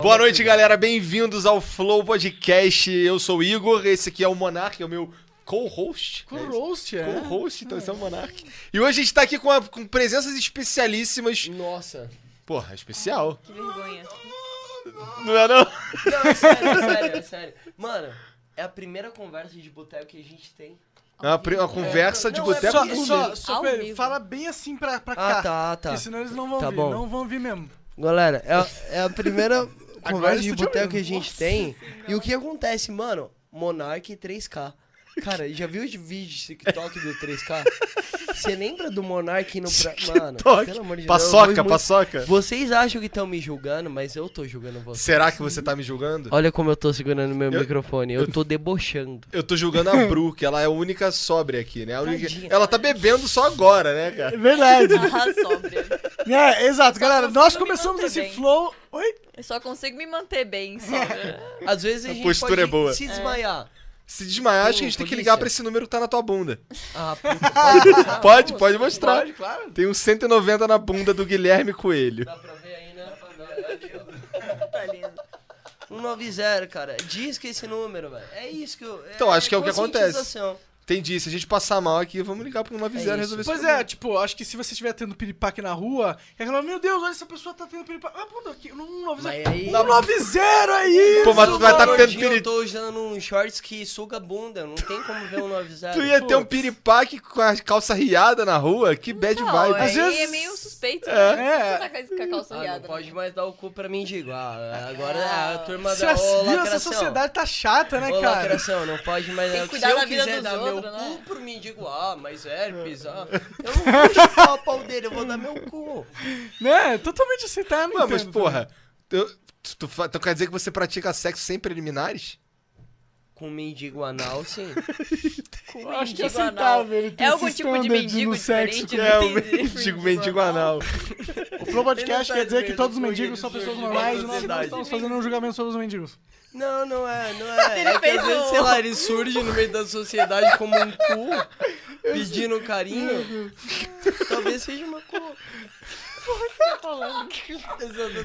Boa noite, galera. Bem-vindos ao Flow Podcast. Eu sou o Igor, esse aqui é o Monark, é o meu co-host. Co-host, é. Co-host, então esse é o Monark. E hoje a gente tá aqui com, a- com presenças especialíssimas. Nossa. Porra, especial. Que vergonha. Não é não? Não, é sério, é sério, é sério. Mano, é a primeira conversa de boteco que a gente tem. É uma, pre- uma conversa de Não, é boteco só, gourmet. só, só Ao pra ele, vivo. fala bem assim pra, pra Ah, cá. tá, tá. Porque senão eles não vão Tá vir, bom. não vão vir mesmo. Galera, é, é a primeira tá conversa de estou te boteco ouvindo. que a gente tem. E o que acontece, mano? Monark 3K. Cara, já viu os vídeos de TikTok do 3K? Você lembra do Monark no pra... Mano, pelo amor de Deus. eu Paçoca, vou- paçoca. Vocês acham que estão me julgando, mas eu tô julgando vocês. Será que você tá me julgando? Olha como eu tô segurando meu Eu- microfone. Eu tô debochando. Eu tô julgando a Bru, que ela é a única sóbria aqui, né? A única- Tadinha. Ela tá bebendo só agora, né, cara? verdade. Ah, sóbria. é, exato, galera. Nós consigo me começamos manter esse bem. flow. Oi? Eu só consigo me manter bem, sóbria. Às vezes a, gente postura pode é boa. se desmaiar. Se desmaiar, acho que a gente Ô, tem que polícia. ligar pra esse número que tá na tua bunda. Ah, puta, pode passar? Pode, pode mostrar. Ah, claro. Tem um 190 na bunda do Guilherme Coelho. Dá pra ver aí, né? Tá lindo. 190, cara. Diz que esse número, velho. É isso que eu. Então, acho que é o que acontece. conscientização. Entendi. Se a gente passar mal aqui, vamos ligar pro 190 É e isso. resolver Pois esse é, tipo, acho que se você estiver tendo piripaque na rua, é aquela, meu Deus, olha, essa pessoa tá tendo piripaque. Ah, puta, aqui, um 90. Mas aí. Um é 90 aí! Pô, mas tu vai tá Hoje tendo Eu piri- tô usando um shorts que suga a bunda. Não tem como ver um 90. Tu ia ter um piripaque com a calça riada na rua? Que bad Não, vibe. aí Às vezes- é meio suspeito. É. né? Você tá com a- com a calça Ah, riada, não né? pode mais dar o cu pra mendigo. Ah, agora é a turma Você assim, da ô, viu? Essa lacração. sociedade tá chata, né, Ô, cara? lacração, não pode mais. Tem que Se cuidar eu da vida quiser dos dar outros, meu né? cu pro mendigo, ah, mas herpes, ah. Eu não vou chupar o pau dele, eu vou dar meu cu. Né? Totalmente assim, tá? Não Mano, mas né? entendo. porra, eu- tu, tu fa- tu quer dizer que você pratica sexo sem preliminares? Com mendigo anal, sim. Com acho que é mendigo anal. aceitável ele ter é algum esses tipo de standards mendigo no sexo. né? diferente? É, não o entendi. mendigo, mendigo anal. O Flow Podcast Ele quer não tá dizer que vendo todos os o mendigos Twitter são do pessoas Jorge normais e Mendes, nós não verdade. estamos fazendo um julgamento sobre os mendigos. Não, não é, não é. Ele é que fez às vezes, um- sei lá, ele surge no meio da sociedade como um cu, pedindo Uhum. carinho. Talvez seja uma cu. Eu só tô tá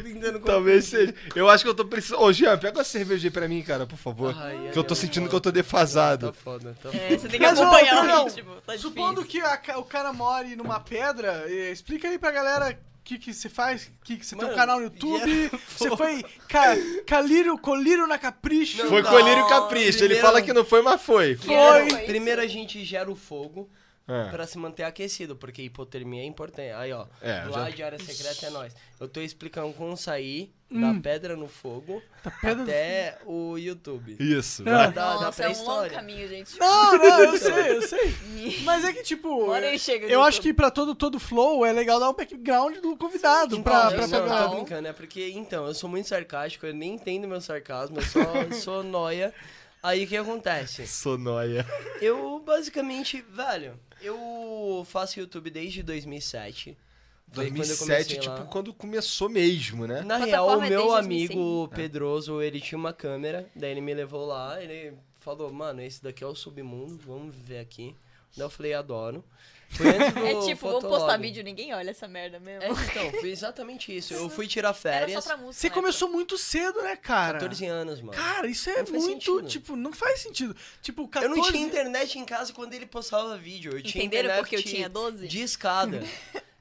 tentando Talvez seja. Eu acho que eu tô precisando. Ô, Jean, pega uma cerveja aí pra mim, cara, por favor. Ai, ai, que eu tô ai, sentindo ai. que eu tô Tá defasado. foda, tá É, você tem que Mas, ô, acompanhar Brunão, o ritmo. Tá Supondo difícil. que a ca- o cara more numa pedra, eh, explica aí pra galera o que que você faz, o que que você tem um Mano, canal no YouTube, você foi ca, calírio, colírio na capricho. Foi Não, colírio e capricho. Ele primeiro- fala que não foi, mas foi. Foi. Foi. Primeiro a gente gera o fogo É. pra se manter aquecido, porque hipotermia é importante. Aí, ó, É, já- lá de área secreta é nós. Eu tô explicando como sair Hum. da pedra no fogo até o YouTube. Isso. Ah. vai. Da, da Nossa, é um longo pré-história. caminho, gente. Não, não, eu sei, eu sei. E- Mas é que, tipo, Olha, ele chega eu no acho YouTube. que pra todo, todo flow é legal dar um background do convidado Então, pra, eu pra não, eu pegar. tô brincando, é porque, então, eu sou muito sarcástico, eu nem entendo meu sarcasmo, eu só sou noia. Aí o que acontece? Sou nóia. Eu basicamente, velho, eu faço YouTube desde 2007. Foi quando eu 2007, comecei tipo, lá. quando começou mesmo, né? Na real, Plataforma o é meu desde amigo É. Pedroso, ele tinha uma câmera, daí ele me levou lá, ele falou, mano, esse daqui é o submundo, vamos ver aqui. Daí eu falei, adoro. Foi antes do É tipo, vamos Fotolog. postar vídeo, ninguém olha essa merda É, mesmo. então, foi exatamente isso. Eu fui tirar Era só férias, pra música. Você né? começou muito cedo, né, cara? 14 anos, mano. Cara, isso é Não faz muito, sentido. tipo, não faz sentido. Tipo, 14... Eu não tinha internet em casa quando ele postava vídeo. Eu tinha é. Entenderam internet porque eu tinha 12? De escada.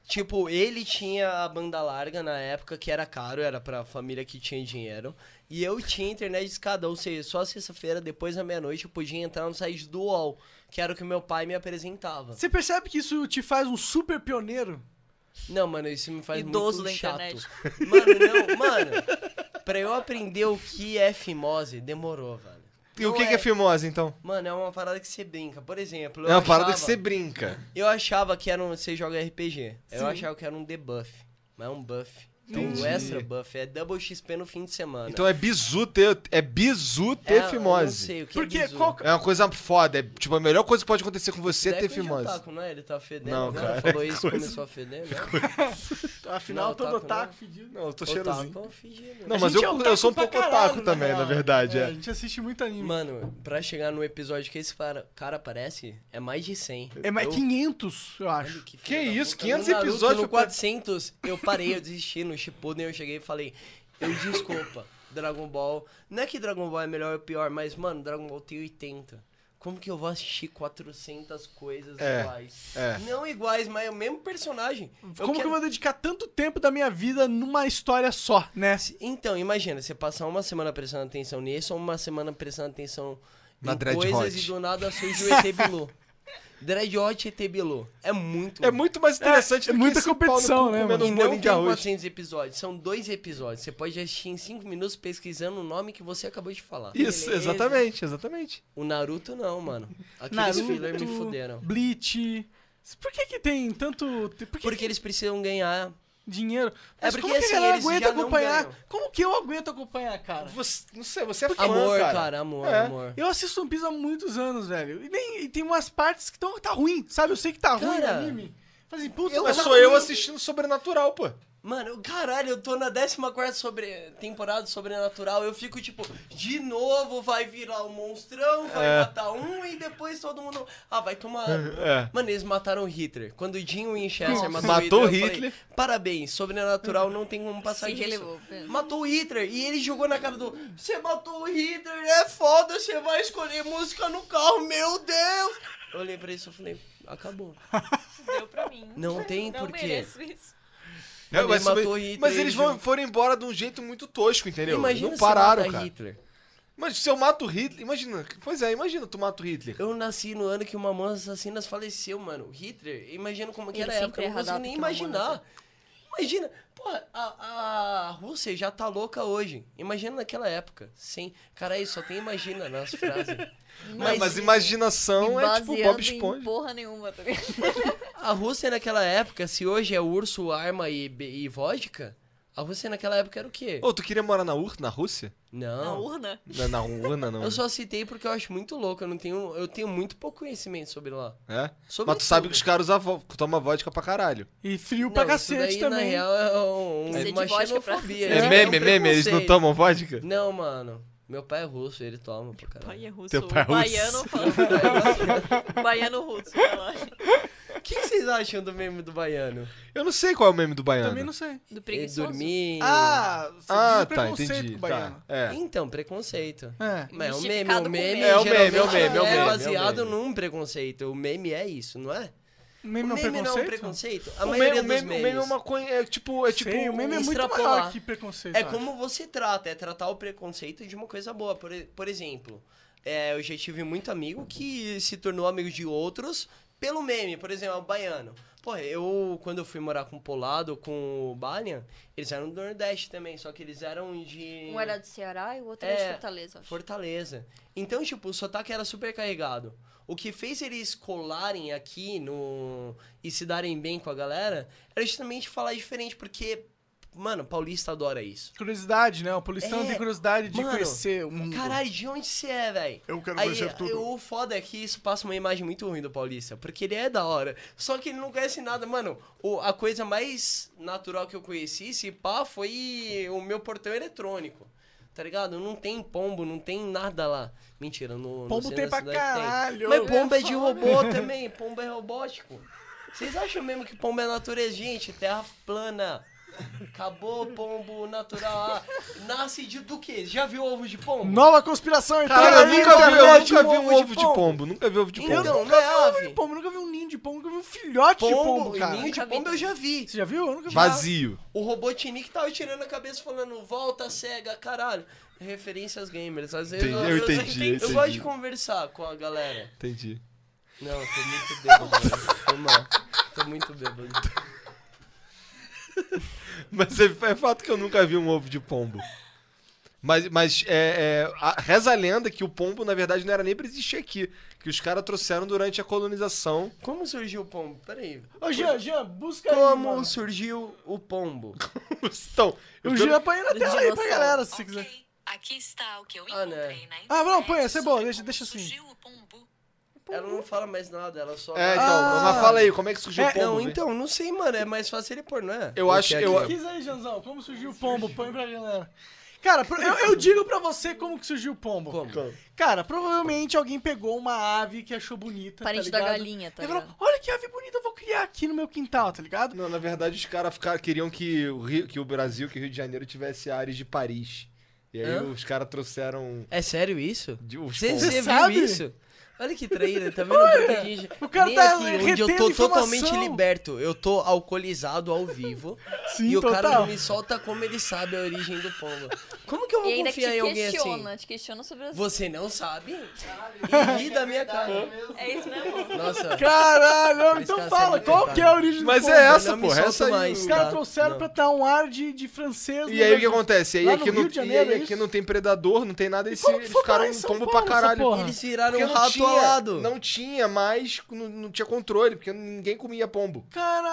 tipo, ele tinha a banda larga na época, que era caro, era pra família que tinha dinheiro. E eu tinha internet de escada, ou seja, só sexta-feira, depois da meia-noite, eu podia entrar no site do UOL, que era o que meu pai me apresentava. Você percebe que isso te faz um super pioneiro? Não, mano, isso me faz Idoso muito da chato. internet. Mano, não, mano. Pra eu aprender o que é fimose, demorou, velho. E o Não que, que é fimose, então? Mano, é uma parada que você brinca. Por exemplo, eu É uma parada que achava- você brinca. Eu achava que era um. Você joga RPG. Eu achava que era um debuff. Mas é um buff. É um Entendi. extra buff, é double XP no fim de semana. Então é bizu ter, é bizu É, ter eu Não fimose. sei o que Porque é bizu. qual que- É uma coisa foda, é tipo a melhor coisa que pode acontecer com você é Deco ter de fimose. otaku, não é? Ele tá fedendo. Não, né? cara, Falou isso, começou a feder, né? Afinal, Não, todo otaku não. otaku fedido. Não, eu tô Otaku cheirosinho. é um fedido. Não, A mas gente eu, é eu otaku sou um pra pouco caralho, otaku também, né, na real. verdade, é. A gente assiste muito anime. Mano, pra chegar no episódio que esse cara cara aparece, é mais de 100. é mais Eu- 500, eu acho. filho Que da isso, puta. 500 No Naruto, episódios No foi pra- 400, eu parei, eu desisti no Shippuden, eu cheguei e falei, eu desculpa, Dragon Ball. Não é que Dragon Ball é melhor ou pior, mas, mano, Dragon Ball tem 80. Como que eu vou assistir 400 coisas É, iguais? é. Não iguais, mas é o mesmo personagem. Eu Como que eu quero- vou dedicar tanto tempo da minha vida numa história só, né? Então, imagina, você passar uma semana prestando atenção nisso ou uma semana prestando atenção Na em Dread coisas Hot. e do nada surge o ET Bilu. Dread Hot e ET Bilu. É muito É muito mais interessante É, do muita que esse pau no competição, cu né, comendo mano? um E não bolinho tem de arroz. 400 episódios, são dois episódios. Você pode assistir em 5 minutos pesquisando o nome que você acabou de falar. Isso, né? Beleza. exatamente, exatamente. O Naruto não, mano. Aqueles filler me fuderam. Bleach. Por que que tem tanto... Por que Porque eles precisam ganhar. dinheiro? É porque, como que assim, a galera eles aguenta já não acompanhar? ganham. Como que eu aguento acompanhar, cara? Você, não sei, você é fã, Amor, cara, cara. amor, É. amor. Eu assisto One Piece há muitos anos, velho. E, nem, e tem umas partes que tão, tá ruim, sabe? Eu sei que tá ruim o Cara, anime. Fazem, puta, Mas mas tá sou eu ruim. assistindo Sobrenatural, pô. Mano, eu- caralho, eu tô na 14 sobre... temporada de sobrenatural. Eu fico tipo, de novo vai virar o monstrão, vai É. matar um e depois todo mundo. Ah, vai tomar. É. Mano, eles mataram o Hitler. Quando o Jim Winchester matou, Matou o o Hitler. eu Hitler. Falei, Parabéns, sobrenatural não tem como passar Se disso. relevou, pelo- Matou o Hitler e ele jogou na cara do. Você matou o Hitler, é foda, você vai escolher música no carro, meu Deus! Eu olhei pra isso e falei, acabou. Deu pra mim. Não tem não porquê. mereço isso. É, Ele mas, matou mas- Hitler, mas ele eles vão, jogou- foram embora de um jeito muito tosco, entendeu? Imagina não se pararam, matar cara. Hitler. Mas se eu mato o Hitler, imagina. Pois é, imagina tu mata o Hitler. Eu nasci no ano que uma Mamonas Assassinas faleceu, mano. Hitler, imagina como que Ele era a época, é sempre eu não erra a consigo data nem que Mamonas imaginar. Imagina, pô, a, a Rússia já tá louca hoje. Imagina naquela época, sim. Cara, isso só tem imagina nas frases. Não, mas, imaginação é tipo Baseando Bob em Esponja. porra nenhuma, tá ligado? A Rússia naquela época, se hoje é urso, arma e, be- e vodka, a Rússia naquela época era o quê? Ô, tu queria morar na Ur, na Rússia? Na Não. urna. Na, na urna, não. Eu só citei porque eu acho muito louco. Eu não tenho. Eu tenho muito pouco conhecimento sobre lá. É? Sobre Mas tu sabe tudo. que os caras usam vo- tomam vodka pra caralho. E frio Não, pra isso cacete daí, na também. real, é um, Isso é de uma vodka pra- xenofobia. É É, isso meme, um é meme, eles não preconceito. tomam vodka? Não, mano. Meu pai é russo, ele toma pra caralho. Pai é russo. Teu pai é russo. Baiano falando. Baiano russo. falando. O que, que vocês acham do meme do baiano? Eu não sei qual é o meme do baiano. Também não sei. Do Ele preguiçoso. dormir. Ah, você Ah, diz tá, preconceito entendi. com o Tá, baiano. é. Então, preconceito. É. Mas é um meme, Mistificado um com meme. meme. É o meme, é o geralmente meme, é o meme, é o baseado meme. num preconceito. O meme é isso, não é? Meme o é um meme não é um preconceito? preconceito? O A meme- maioria o meme, dos o memes. meme é uma coisa. É tipo. É tipo Sei, o um- meme é muito extrapolar. maior que preconceito. É eu acho. como você trata, é tratar o preconceito de uma coisa boa. Por, e- por exemplo, é, eu já tive muito amigo que se tornou amigo de outros pelo meme. Por exemplo, o baiano. Porra, eu, quando eu fui morar com o Polado, com o Balian, eles eram do Nordeste também, só que eles eram de... Um era do Ceará e o outro era É, de Fortaleza. eu acho. Fortaleza. Então, tipo, o sotaque era super carregado. O que fez eles colarem aqui no e se darem bem com a galera era justamente falar diferente, porque, mano, paulista adora isso. Curiosidade, né? O policial É, tem curiosidade de mano, conhecer o mundo. Caralho, de onde você é, velho? Eu quero Aí, conhecer tudo. O foda é que isso passa uma imagem muito ruim do Paulista, porque ele é da hora. Só que ele não conhece nada, mano. o- a coisa mais natural que eu conheci, se pá, foi o meu portão eletrônico. Tá ligado? Não tem pombo, não tem nada lá. Mentira, no no Pombo centro tem da pra cidade caralho. Mas pombo é de robô também, pombo é robótico. Vocês acham mesmo que pombo é natureza? Gente, terra plana. Acabou pombo natural. Ah, Nasce de do quê? Já viu ovo de pombo? Nova conspiração, então. Cara, eu na nunca vi, eu internet, nunca vi um ovo de pombo. Nunca vi ovo de pombo. Então, não Nunca é vi um ovo ave. de pombo, nunca vi um ninho de pombo, nunca vi um filhote de pombo, cara. ninho de Nunca vi pombo é eu já vi. Você já viu? Eu nunca vi. Vazio. O Robotnik tava tirando a cabeça falando, volta, cega, caralho. Referências gamers. Às vezes Entendi, eu, eu entendi, eu eu gosto de entendi. conversar com a galera. Entendi. Não, eu tô muito bêbado, velho. Tô mal. Tô muito bêbado. Mas é, é fato que eu nunca vi um ovo de pombo. Mas, mas é, é, a- reza a lenda que o pombo, na verdade, não era nem pra existir aqui. Que os caras trouxeram durante a colonização. Como surgiu o pombo? Peraí. Ô, Jean, Jean, busca aí, Como mano. surgiu... surgiu o pombo? Então, eu O tô- Jean põe na Do tela aí pra dinossauro. galera, se Ok, quiser. Aqui está o que eu Ah, né. encontrei na internet. Ah, não, põe, essa é boa, sobre deixa- como deixa assim. surgiu o pombo. Ela não fala mais nada, ela só. É, então, Ah. mas fala aí, como é que surgiu É, o pombo? não, velho? então, não sei, mano. É mais fácil ele pôr, não é? Eu Ou acho- quer eu- que- Pesquisa aí, Janzão, como surgiu o pombo? Põe pra galera. Cara, pro- eu, eu digo pra você como que surgiu o pombo. Como? Cara, provavelmente alguém pegou uma ave que achou bonita, Parente tá da ligado? galinha, tá E falou, ligado? olha que ave bonita, eu vou criar aqui no meu quintal, tá ligado? Não, na verdade, os caras ficaram- queriam que o, Rio, que o Brasil, que o Rio de Janeiro tivesse áreas de Paris. E aí Hã? os caras trouxeram. um- É sério isso? de- os Você, pombos. você sabe? viu isso? Olha que traíra, tá vendo? Porque a gente, o cara nem tá aqui, onde retendo eu tô informação. totalmente liberto. Eu tô alcoolizado ao vivo. Sim, e o cara total. não me solta como ele sabe a origem do pombo. Como que eu vou E ainda que te confiar em alguém questiona, assim? te questiona sobre as... Você não sabe? E ri da minha cara. É isso mesmo? Nossa. Caralho, Esse então cara fala, sabe qual inventar. que é a origem do Mas pombo? é essa, não me porra. solto Essa aí. mais. Os caras tá, trouxeram não. pra dar um ar de, de francês. E aí né, o que Janzão? acontece? E Lá aí aqui, no Rio não, de Janeiro, e é aí aqui isso? não tem predador, não tem nada, eles, E como que eles foi ficaram parar em um São tombo Paulo pra essa caralho. porra? Eles viraram Porque um não rato tinha- alado. Não tinha mais, não, não tinha controle, porque ninguém comia pombo.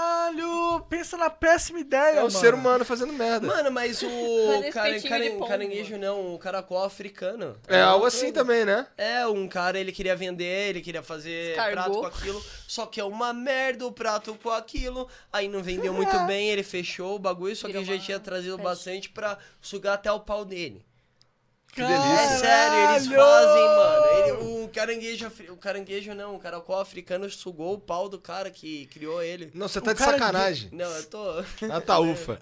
Caralho, pensa na péssima ideia, É o mano. ser humano fazendo merda. Mano, mas o esse cara, peitinho de cara- pombo. caranguejo não, o caracol africano. é algo Uma assim coisa. também, né? É, um cara, ele queria vender, ele queria fazer prato Descargou. com aquilo, só que é uma merda o prato com aquilo. Aí não vendeu muito bem, ele fechou o bagulho, só que eu É. Virou já uma tinha trazido peste. bastante pra sugar até o pau dele. Que delícia. É sério, eles fazem, mano. Ele- o caranguejo, afri- o caranguejo não, o caracol africano sugou o pau do cara que criou ele. Não, você tá O de cara de- sacanagem. Não, eu tô. Ah, tá, ufa.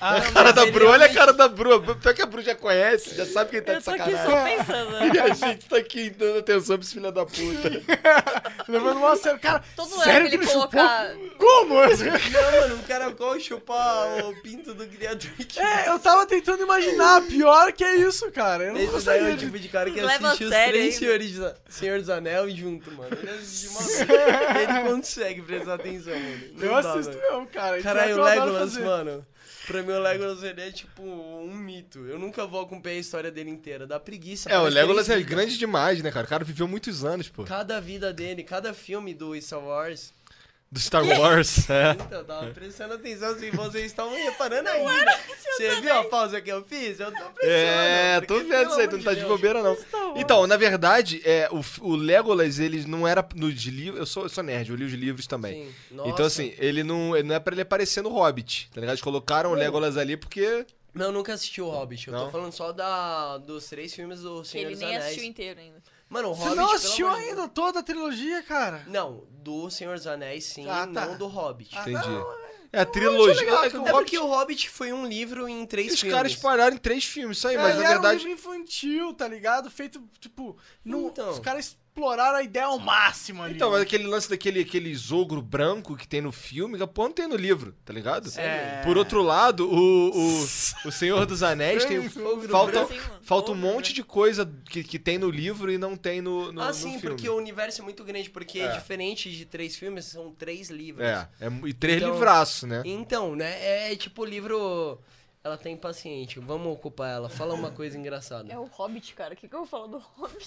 Ah, a cara da Bru, olha a cara da Bru. Pior que a Bru já conhece, já sabe quem tá Eu de tô aqui sacanagem. só pensando. né? E a gente tá aqui dando atenção pra esse filho da puta. Levando uma sério, cara. Todo ano sério que ele chupou? colocar- Como? Não, mano, o caracol chupar o pinto do criador. Que... É, eu tava tentando imaginar. Pior que é isso, cara. Eu não Esse daí é gostaria o de... tipo de cara que Leva a assiste os sério três ainda. senhores, dos- Senhor dos Anéis junto, mano. Ele assiste uma vez. Ele consegue prestar atenção, mano. Não Eu dá, assisto velho. mesmo, cara. né? Então é Caralho, eu o adoro Legolas, fazer. mano. Pra mim, o Legolas ele é tipo um mito. Eu nunca vou acompanhar a história dele inteira. Dá preguiça. É, o parece Legolas é três vidas. grande demais, né, cara? O cara viveu muitos anos, pô. Cada vida dele, cada filme do Star Wars. Do Star Wars, é. Então, eu tava prestando atenção se vocês estavam reparando ainda. Você viu a pausa que eu fiz? Eu tô prestando. É, porque, tô vendo pelo isso aí, amor tu não tá de Deus. bobeira, não. Então, na verdade, é, o, f- o Legolas, ele não era nos livros. Eu sou, eu sou nerd, eu li os livros também. Sim, nossa. Então, assim, ele não, ele não é pra ele aparecer no Hobbit, tá ligado? Eles colocaram o Legolas ali porque. Não, eu nunca assisti o Hobbit. Eu Não? tô falando só da, dos três filmes do Que Senhor ele dos nem Anéis. assistiu inteiro ainda. Mano, o Você Hobbit. não pelo assistiu amor de Deus. ainda toda a trilogia, cara? Não, do Senhor dos Anéis, sim, Ah, tá. não do Hobbit. Entendi. É a trilogia. legal, é que o É Hobbit- porque o Hobbit foi um livro em três Os filmes. caras espalharam em três filmes, isso aí, É, mas ele na era um verdade. livro infantil, tá ligado? Feito, tipo... No... Então. é Os caras exploraram a ideia ao máximo ali. né? Então, mas aquele lance daquele aquele ogro branco que tem no filme, que a porra não tem no livro, tá ligado? É. Por outro lado, o, o, o Senhor dos Anéis tem. um Ogro Falta, branco. Sim, mano. falta um Ogro monte de coisa que, que tem no livro e não tem no, no, Ah, no filme. sim, porque o universo é muito grande, porque É. diferente de três filmes, são três livros. É, é mu- e três Então- livraços, né? Então, né? É tipo o livro. Ela tá impaciente, vamos ocupar ela. Fala uma coisa engraçada. É o Hobbit, cara. O que, que eu falo do Hobbit?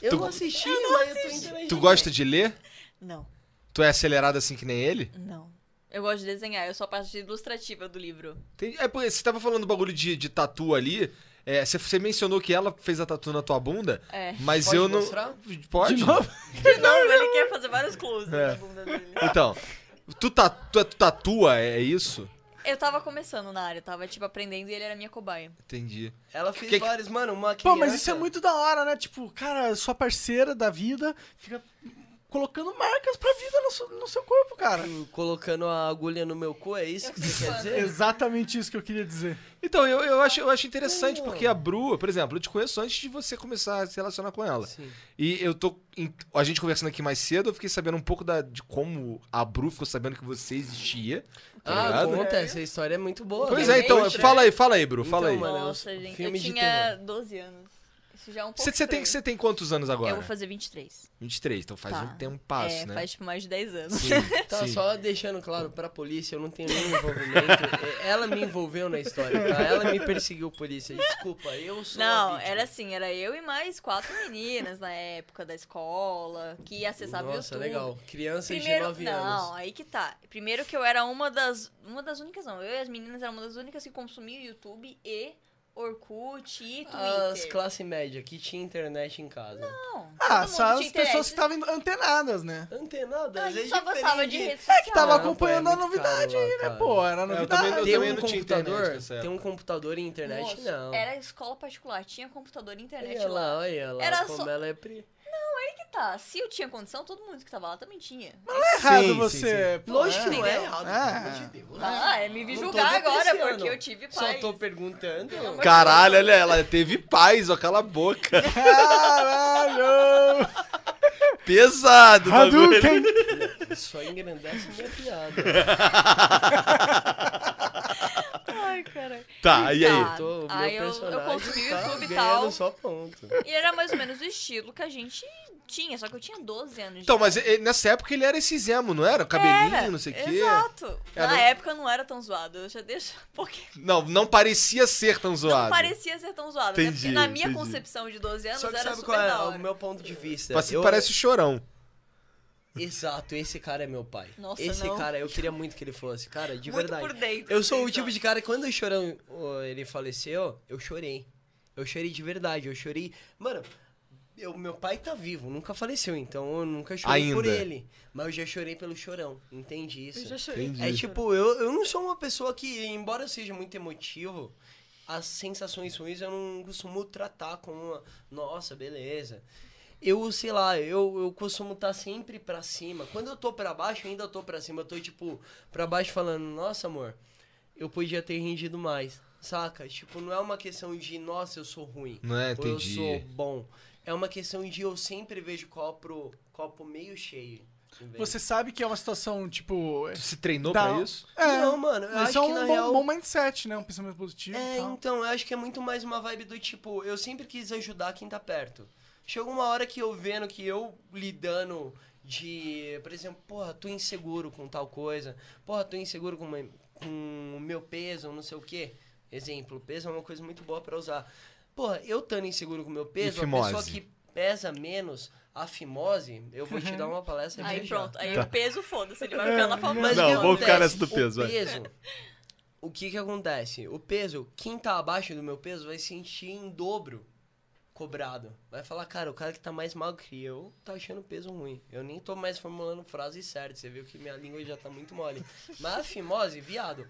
Eu Tu- não assisti, mas eu tô interagindo. Tu gosta de ler? não, Tu é acelerado assim que nem ele? não. Eu gosto de desenhar, eu sou a parte ilustrativa do livro. Tem- é porque você tava falando do bagulho de, de tatu ali. é, você, você mencionou que ela fez a tatu na tua bunda, É. mas Pode eu não. mostrar? Pode? De novo? De novo, ele quer fazer vários close na bunda dele. Então, tu, tatu, tu tatua, é isso? Eu tava começando na área, eu tava, tipo, aprendendo e ele era minha cobaia. Entendi. Ela fez Que- vários, mano, Pô, uma criança... mas isso é muito da hora, né? Tipo, cara, sua parceira da vida fica colocando marcas pra vida no seu, no seu corpo, cara. Colocando a agulha no meu cu, é isso que você quer dizer? Exatamente isso que eu queria dizer. Então, eu, eu, acho, eu acho interessante, porque a Bru, por exemplo, eu te conheço antes de você começar a se relacionar com ela. Sim. E eu tô. em- a gente conversando aqui mais cedo, eu fiquei sabendo um pouco da, de como a Bru ficou sabendo que você existia. Tá Ah, ligado? conta, essa história é muito boa. Pois né? é, então, Outra. fala aí, fala aí, Bru, Então, fala aí. mano, Nossa, eu- gente, filme eu de tinha 12 anos. Isso já é um pouco. Você tem, estranho. cê tem quantos anos agora? Eu vou fazer 23. 23, então faz Tá. um tempo passo, é, né? faz tipo mais de 10 anos. Sim, Tá, sim. só deixando claro pra polícia, eu não tenho nenhum envolvimento. É, Ela me envolveu na história, tá? Ela me perseguiu, polícia. Desculpa, eu sou. a Não, vítima. era assim, era eu e mais quatro meninas na época da escola, que acessavam o Nossa, YouTube. legal. Crianças de Primeiro, 9 não, anos. aí que tá. Primeiro que eu era uma das, uma das únicas, não, eu e as meninas eram uma das únicas que consumiam YouTube e Orkut e é Twitter. As classe média que tinha internet em casa. Não, Ah, todo mundo só tinha as pessoas que internet. estavam antenadas, né? Antenada, Não, a às gente vezes é só diferente gostava de de- rede social. É que tava Não, acompanhando pô, é a muito novidade caro aí, lá, né, cara. pô? Era É, eu novidade. tá também- eu Ter um não tinha internet computador, nessa ter um época. computador e internet, Moço, não. Era escola particular, tinha computador e internet Olha lá. lá, olha lá, Era como só- ela é pri... Aí que tá, se eu tinha condição, todo mundo que tava lá também tinha. É errado Sim, sim, você. pô, Lógico que não é entendeu? errado, Ah. pelo amor de Deus. Ah, é me vi Não tô julgar agora, depreciando. porque eu tive Só paz. tô perguntando. Pelo amor de Caralho, Deus. olha, ela teve paz, ó, cala a boca. Caralho! Pesado, tá o bagulho. Hadouken! Só engrandece minha piada. Ai, caralho. Tá, e aí? Tá. Tô, Ah, meu eu- eu personagem consumi tá YouTube e ganhando tal. só ponto. E era mais ou menos o estilo que a gente tinha, só que eu tinha 12 anos Então, de mas idade. eh, nessa época ele era esse zemo, não era? Cabelinho, Era, não sei o quê. Exato. Era- um- Na época eu não era tão zoado. Eu já deixo. Porque Não, não parecia ser tão zoado. não parecia ser tão zoado. né? Entendi, Porque na minha entendi. concepção de 12 anos Só que era sabe super qual é da hora. o meu ponto de vista? Parece, Eu- parece o chorão. Exato, esse cara é meu pai. Nossa, esse não. cara, eu queria muito que ele fosse. Cara, de Muito verdade. por dentro, eu sou o vocês tipo são. de cara que quando o Chorão ó, ele faleceu, eu chorei. Eu chorei de verdade, eu chorei. Mano, eu- meu pai tá vivo, nunca faleceu, então eu nunca chorei por Ainda. ele. Mas eu já chorei pelo Chorão, entende isso? Eu já chorei. Entendi. É tipo, eu, eu não sou uma pessoa que, embora eu seja muito emotivo, as sensações ruins eu não costumo tratar como uma, nossa, beleza. Eu, sei lá, eu, eu costumo estar sempre pra cima. Quando eu tô pra baixo, eu ainda tô pra cima. Eu tô, tipo, pra baixo falando, nossa, amor, eu podia ter rendido mais. Saca? Tipo, não é uma questão de, nossa, eu sou ruim. Não é, ou eu entendi. sou bom. É uma questão de eu sempre vejo copo, copo meio cheio. Você sabe que é uma situação, tipo. Tu se treinou Tá. pra isso? É, Não, mano, eu mas acho é um que na bom, real- bom mindset, né? Um pensamento positivo. É, e tal. então, eu acho que é muito mais uma vibe do tipo, eu sempre quis ajudar quem tá perto. Chegou uma hora que eu vendo que eu lidando de, por exemplo, porra, tô inseguro com tal coisa, porra, tô inseguro com, uma- com o meu peso, não sei o quê. Exemplo, peso é uma coisa muito boa pra usar. Porra, eu estando inseguro com o meu peso, a pessoa fimose? que pesa menos, a fimose, eu vou te dar uma palestra Aí já É. já. pronto, aí o peso, foda-se, ele vai ficar lá falando. Mas o que Tá. Não, vou ficar acontece? nessa do peso, O vai. peso, o que que acontece? O peso, quem tá abaixo do meu peso vai sentir em dobro cobrado. Vai falar, cara, o cara que tá mais magro que eu tá achando peso ruim. Eu nem tô mais formulando frases certas, você viu que minha língua já tá muito mole. Mas a fimose, viado,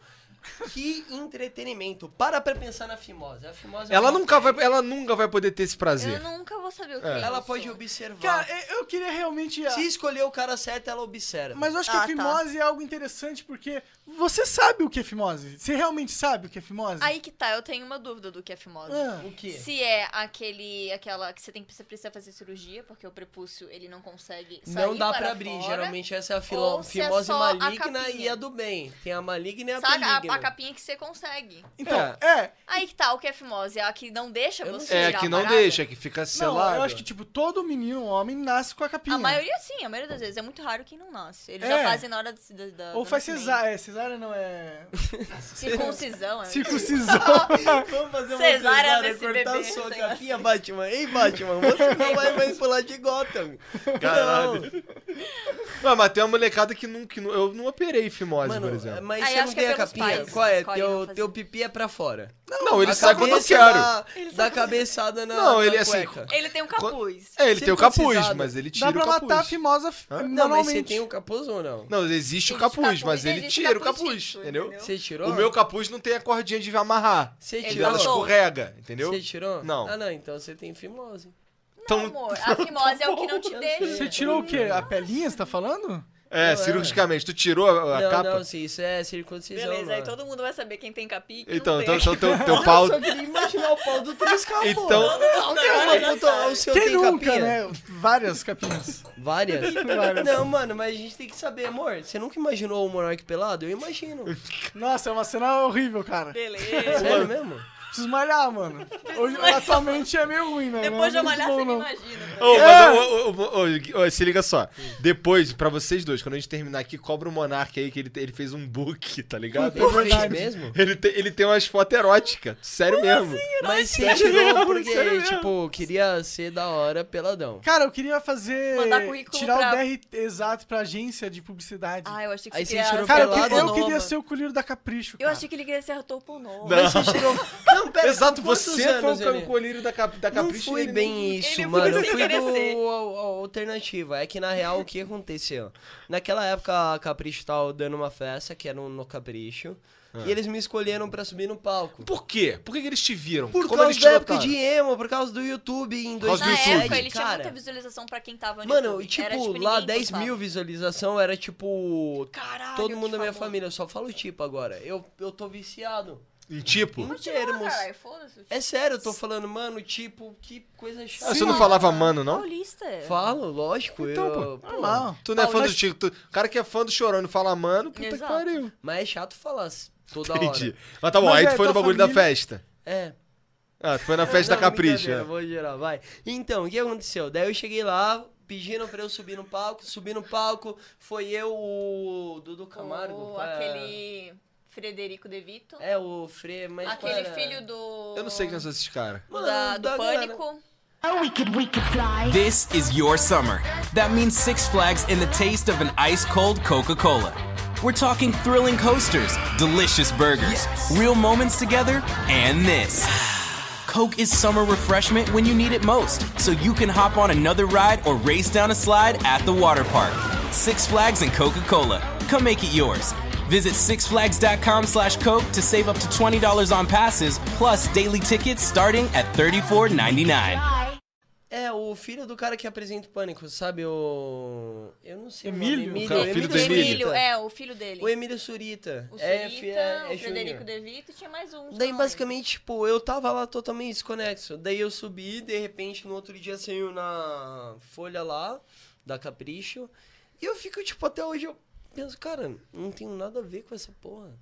que entretenimento. Para pra pensar na fimose. A fimose é Ela uma- nunca, vai, ela nunca vai poder ter esse prazer. Eu nunca vou saber o É. que é Ela eu pode sou. observar. Cara, eu- eu queria realmente. ah, Se escolher o cara certo, ela observa. Mas eu acho que Ah, a tá. fimose é algo interessante porque você sabe o que é fimose. Você realmente sabe o que é fimose? Aí que tá, eu tenho uma dúvida do que é fimose. Ah, o quê? Se é aquele, aquela que você tem que você precisa fazer cirurgia, porque o prepúcio ele não consegue sair Não dá para pra abrir, fora. geralmente essa é a filo- ou se é fimose só a maligna capinha. e a do bem. Tem a maligna e a Sabe a, benigna. a capinha que você consegue. então, é. é. Aí que tá, o que é fimose? É a que não deixa Eu não você sei. É, tirar que a não parada? deixa, que fica Não, selado. eu acho que, tipo, todo menino homem nasce com a capinha. A maioria sim, a maioria das vezes. É muito raro quem não nasce. Eles É. já fazem na hora da- da. Ou do faz nascimento. cesárea. É, cesárea não é. Circuncisão, é. Circuncisão. Vamos fazer uma Cesárea cesárea, desse cortar bebê, sua sei lá. capinha, Batman. Ei, Batman, você não vai mais pular de Gotham. Caralho. Ué, mas tem uma molecada que não, que não- eu não operei fimose, Mano, por exemplo. mas Aí você acho não que tem é a pelos capinha? pais que Qual é? escolhem não Teu, fazer. teu pipi é pra fora. Não, ele A sai quando eu cabeça quero. Dá, dá cabeçada na é Não, ele na é assim, cueca. Ele tem um capuz. É, ele tem o capuz, circuncisado. mas ele tira Dá o pra capuz. matar a fimosa f- Hã? Não, mas você manualmente. tem o capuz ou não? Não, existe o Existe capuz, capuz, mas ele existe tira o capuz capuz, fixo, entendeu? entendeu? Você tirou? O meu capuz não tem a cordinha de amarrar. Você Ele E ela não. tirou? escorrega, entendeu? Você tirou? Não. Ah, não, então você tem fimose. Não, Então- amor, a fimose é o que tá não te Você deixa. tirou o quê? A pelinha, você tá falando? É, Não, é. cirurgicamente. Tu tirou a, a não, capa? não, sim, isso é circuncisão. Beleza, aí mano. todo mundo vai saber quem tem capi e quem Então, não tem. então, então teu, teu pau. Eu queria imaginar o pau do 3K, Então- pô. Não, não, não, o seu Quem Então tem nunca, capinha? né? Várias capinhas. Várias? Não, mano, mas a gente tem que saber, amor. Você nunca imaginou o Monark pelado? Eu imagino. Nossa, é uma cena horrível, cara. Beleza. É Sério mesmo? Preciso malhar, mano. Hoje, atualmente é meio ruim, né? Depois de Não é eu muito malhar, bom, você me não. imagina. tá? Ô, É. mas, ô, ô, ô, ô, ô, ô, se liga só. Depois, pra vocês dois, quando a gente terminar aqui, cobra o Monark aí que ele, te- ele fez um book, tá ligado? É verdade mesmo? Ele tem, ele tem umas fotos eróticas. Sério mesmo. Mas sim, tirou porque, sério mesmo. tipo, queria ser da hora peladão. Cara, eu queria fazer. Mandar currículo tirar pra- o DR exato pra agência de publicidade. Ah, eu achei que Aí você você queria... tirou cara, eu, pelado queria- eu não, queria mano. ser o colírio da Capricho. Eu cara. achei que ele queria ser ator pornô. Não. Não, pera, Exato, com quantos você foi anos o ele- colírio da, cap, da Não Capricho. foi ele- bem isso, foi mano. Eu sem fui querer ser. do a- a alternativa. É que na real o que aconteceu? Naquela época a Capricho tava dando uma festa, que era um no, no Capricho, Ah. e eles me escolheram pra subir no palco. Por quê? Por que, que eles te viram? Por Como eles causa te da época notaram? de emo, por causa do YouTube em Por causa Na do YouTube. 2007, época, ele tinha cara. muita visualização pra quem tava no Mano, YouTube. e tipo, Era, lá ninguém 10 gostava. mil visualização era tipo. Caralho, todo que mundo da minha famoso. família, eu só falo tipo agora. Eu, eu tô viciado. Em tipo? Em Continua, termos. caralho, foda-se. É sério, eu tô falando, mano, tipo, que coisa Ah, chata. você não falava mano, não? Paulista. Falo, lógico. Então, eu, pô, Normal. Tu não é fã Paulo, do Tico. tu- O cara que é fã do Chorão e não fala mano, puta que Exato. pariu. Mas é chato falar s- toda Entendi. hora. Mas tá bom, Mas aí é, tu foi no tua bagulho da família- festa. É. Ah, tu foi na festa Não, da Capricho. brincadeira, é. Vou gerar, vai. Então, o que aconteceu? Daí eu cheguei lá, pedindo pra eu subir no palco, subir no palco, foi eu, o Dudu Camargo. O- qual é? aquele Frederico De Vito. É, o Fre, mas qual aquele era? filho do... é. Eu não sei quem são esses caras. o Da, do Da galera. Pânico. This is your summer. That means Six Flags and the taste of an ice cold Coca Cola. We're talking thrilling coasters, delicious burgers, real moments together, and this. Coke is summer refreshment when you need it most, so you can hop on another ride or race down a slide at the water park. Six Flags and Coca Cola. Come make it yours. Visit sixflags.com slash Coke to save up to $20 on passes, plus daily tickets starting at $34.99. É, o filho do cara que apresenta o Pânico, sabe? O. Eu não sei. o nome, Emílio? Emílio, Cara, o filho Emílio do Emílio. Surita. É, o filho dele. O Emílio Surita. O é, Surita, fi- é, é o Frederico Júnior. De Vito e tinha mais um. Daí, só. basicamente, tipo, eu tava lá totalmente desconexo. Daí eu subi, de repente, no outro dia saiu na folha lá, da Capricho. E eu fico, tipo, até hoje eu penso, cara, não tenho nada a ver com essa porra.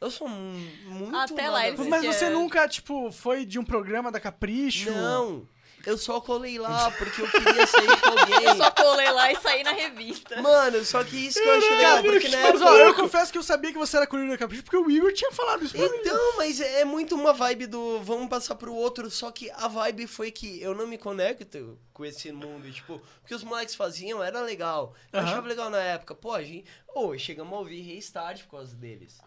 Eu sou mu- muito. Até nada lá a eles ver. Mas você É. nunca, tipo, foi de um programa da Capricho? Não! Eu só colei lá porque eu queria sair com alguém. Eu só colei lá e saí na revista. Mano, só que isso que eu achei legal, porque né, na Mas ó, eu época... confesso que eu sabia que você era colírio da Capricho porque o Igor tinha falado isso pra mim. Então, mas é muito uma vibe do vamos passar pro outro, só que a vibe foi que eu não me conecto com esse mundo, tipo, o que os moleques faziam era legal. Eu Aham. achava legal na época. Pô, a gente... Ô, chegamos a ouvir Restart por causa deles.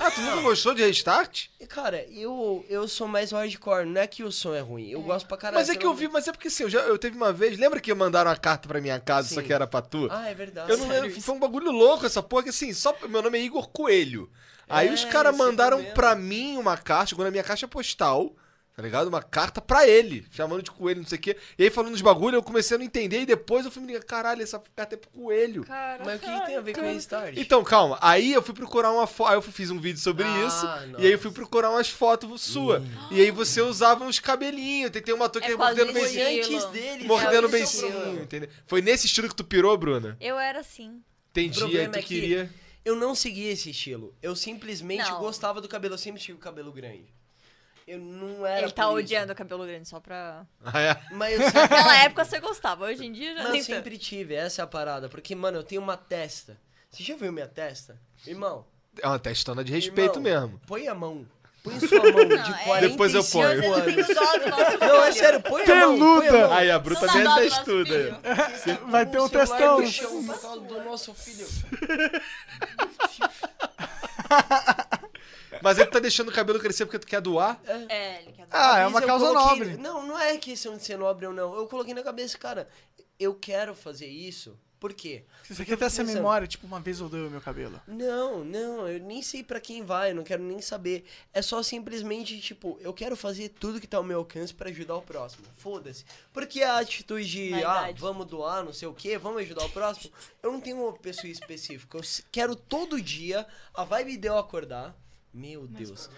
Ah, tu nunca gostou de restart? E, cara, eu, eu sou mais hardcore, não é que o som é ruim, eu gosto pra caralho. Mas é que pelo eu vi, mas é porque assim, eu, já, eu teve uma vez. Lembra que mandaram uma carta pra minha casa, só Sim. que era pra tu? Ah, é verdade. Eu não sério lembro, isso. foi um bagulho louco essa porra, que assim, só, meu nome é Igor Coelho. Aí É, os caras esse é o mandaram problema. pra mim uma carta, chegou na minha caixa é postal, tá ligado? Uma carta pra ele, chamando de Coelho, não sei o quê. E aí falando dos bagulho, eu comecei a não entender, e depois eu fui me ligar, caralho, essa carta é pro Coelho. Mas o que, que tem a ver com Restart? Então, calma, aí eu fui procurar uma foto, aí eu fiz um vídeo sobre Ah, isso, nossa. e aí eu fui procurar umas fotos sua. E aí você usava uns cabelinhos, tem, tem uma toa que É é quase mordendo o isso. foi beicinho, antes Estilo. deles. mordendo cara, o esse é o beicinho, problema. entendeu? Foi nesse estilo que tu pirou, Bruna? Eu era assim. Entendi, aí problema tu é que- queria... Eu não seguia esse estilo. Eu simplesmente Não. gostava do cabelo. Eu sempre tive o cabelo grande. Eu não era. Ele tá por isso. odiando o cabelo grande só pra. Ah, é? Mas eu sempre, Naquela época você gostava, hoje em dia já mas eu nem tanto. sempre tive, essa é a parada. Porque, mano, eu tenho uma testa. Você já viu minha testa? Irmão. É uma testona de respeito irmão, mesmo. Põe a mão. Põe sua mão de é- 45 Depois eu ponho. Às vezes eu anos. tenho dó do nosso Não, é filho. sério, põe a mão. Põe a mão. Aí a Bruna Não também dá dó é do nosso testuda. né? filho. Vai ter um testão. No chão por causa do nosso filho. Mas ele tá deixando o cabelo crescer porque tu quer doar? É, ele quer Ah, é Mas uma eu causa coloquei- nobre. Não, não é questão de ser nobre ou não. Eu coloquei na cabeça, cara, eu quero fazer isso. Por quê? Você quer ter essa pensando. memória, tipo, uma vez eu dei o meu cabelo. Não, não, eu nem sei pra quem vai, eu não quero nem saber. É só simplesmente, tipo, eu quero fazer tudo que tá ao meu alcance pra ajudar o próximo. Foda-se. Porque a atitude de, ah, Vaidade. vamos doar, não sei o quê, vamos ajudar o próximo, eu não tenho uma pessoa específica. Eu s- quero todo dia, a vibe de eu acordar, meu Deus.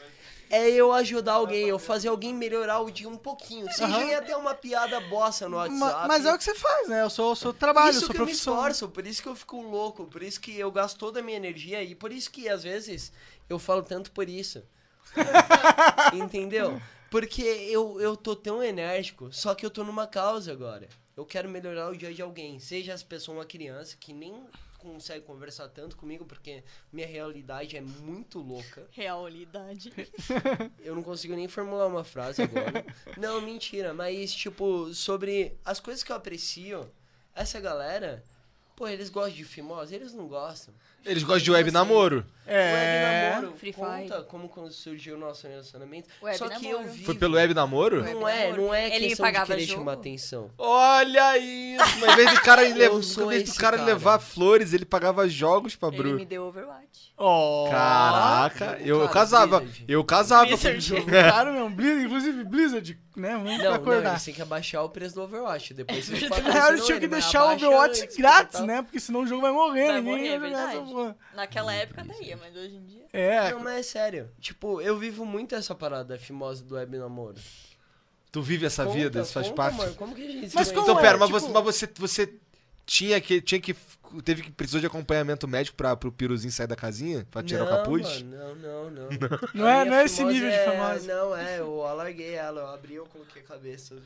É eu ajudar alguém, eu fazer alguém melhorar o dia um pouquinho. Seja Aham. uhum. até uma piada bossa no Ma- WhatsApp. mas é o que você faz, né? Eu sou, eu sou trabalho, isso eu sou que eu me profissão. esforço, por isso que eu fico louco, por isso que eu gasto toda a minha energia e por isso que às vezes eu falo tanto por isso. Entendeu? Porque eu, eu tô tão enérgico, só que eu tô numa causa agora. Eu quero melhorar o dia de alguém. Seja essa pessoa uma criança que nem consegue conversar tanto comigo, porque minha realidade é muito louca. Realidade. Eu não consigo nem formular uma frase agora. não, mentira, mas tipo, sobre as coisas que eu aprecio, essa galera, pô, eles gostam de fimose, eles não gostam. Eles gostam de web namoro. É... Web namoro Free conta como quando surgiu o nosso relacionamento. Web Só que eu namoro. vi. Foi pelo web namoro? Não é, não é Ele questão pagava de querer jogo? chamar atenção. Olha isso! Mas em vez do cara, Eu levar, sou em vez do esse cara, cara. levar flores, ele pagava jogos pra Ele Bru. me deu Overwatch. Ó. Caraca, eu Cara, casava. Blizzard. Eu casava. Jogo caro mesmo. Blizzard, inclusive, Blizzard, né? Vamos Não, não, acordar. eles têm que abaixar o preço do Overwatch. Depois vocês Na patrocinam real, eles tinham ele, que mas deixar o né? abaixa Overwatch antes, tá? porque grátis, tal. né? Porque senão o jogo vai morrer, Vai ninguém morrer, é vai jogar verdade. essa porra. Naquela Hum, época daria, mas hoje em dia. É, Não, mas é sério. Tipo, eu vivo muito essa parada fimosa do web namoro. Tu vive essa Conta, Tá vida, isso faz conta, parte. mano, é como que a gente Mas se como conhece? Então, pera, mas, tipo- você, mas você, você tinha que. Tinha que teve que precisou de acompanhamento médico pra, pro piruzinho sair da casinha? Pra tirar não, o capuz? mano, não, não, não. Não A é- minha não é esse fimose nível de é- famosa. Não, é, eu alarguei ela, eu abri, eu coloquei a cabeça.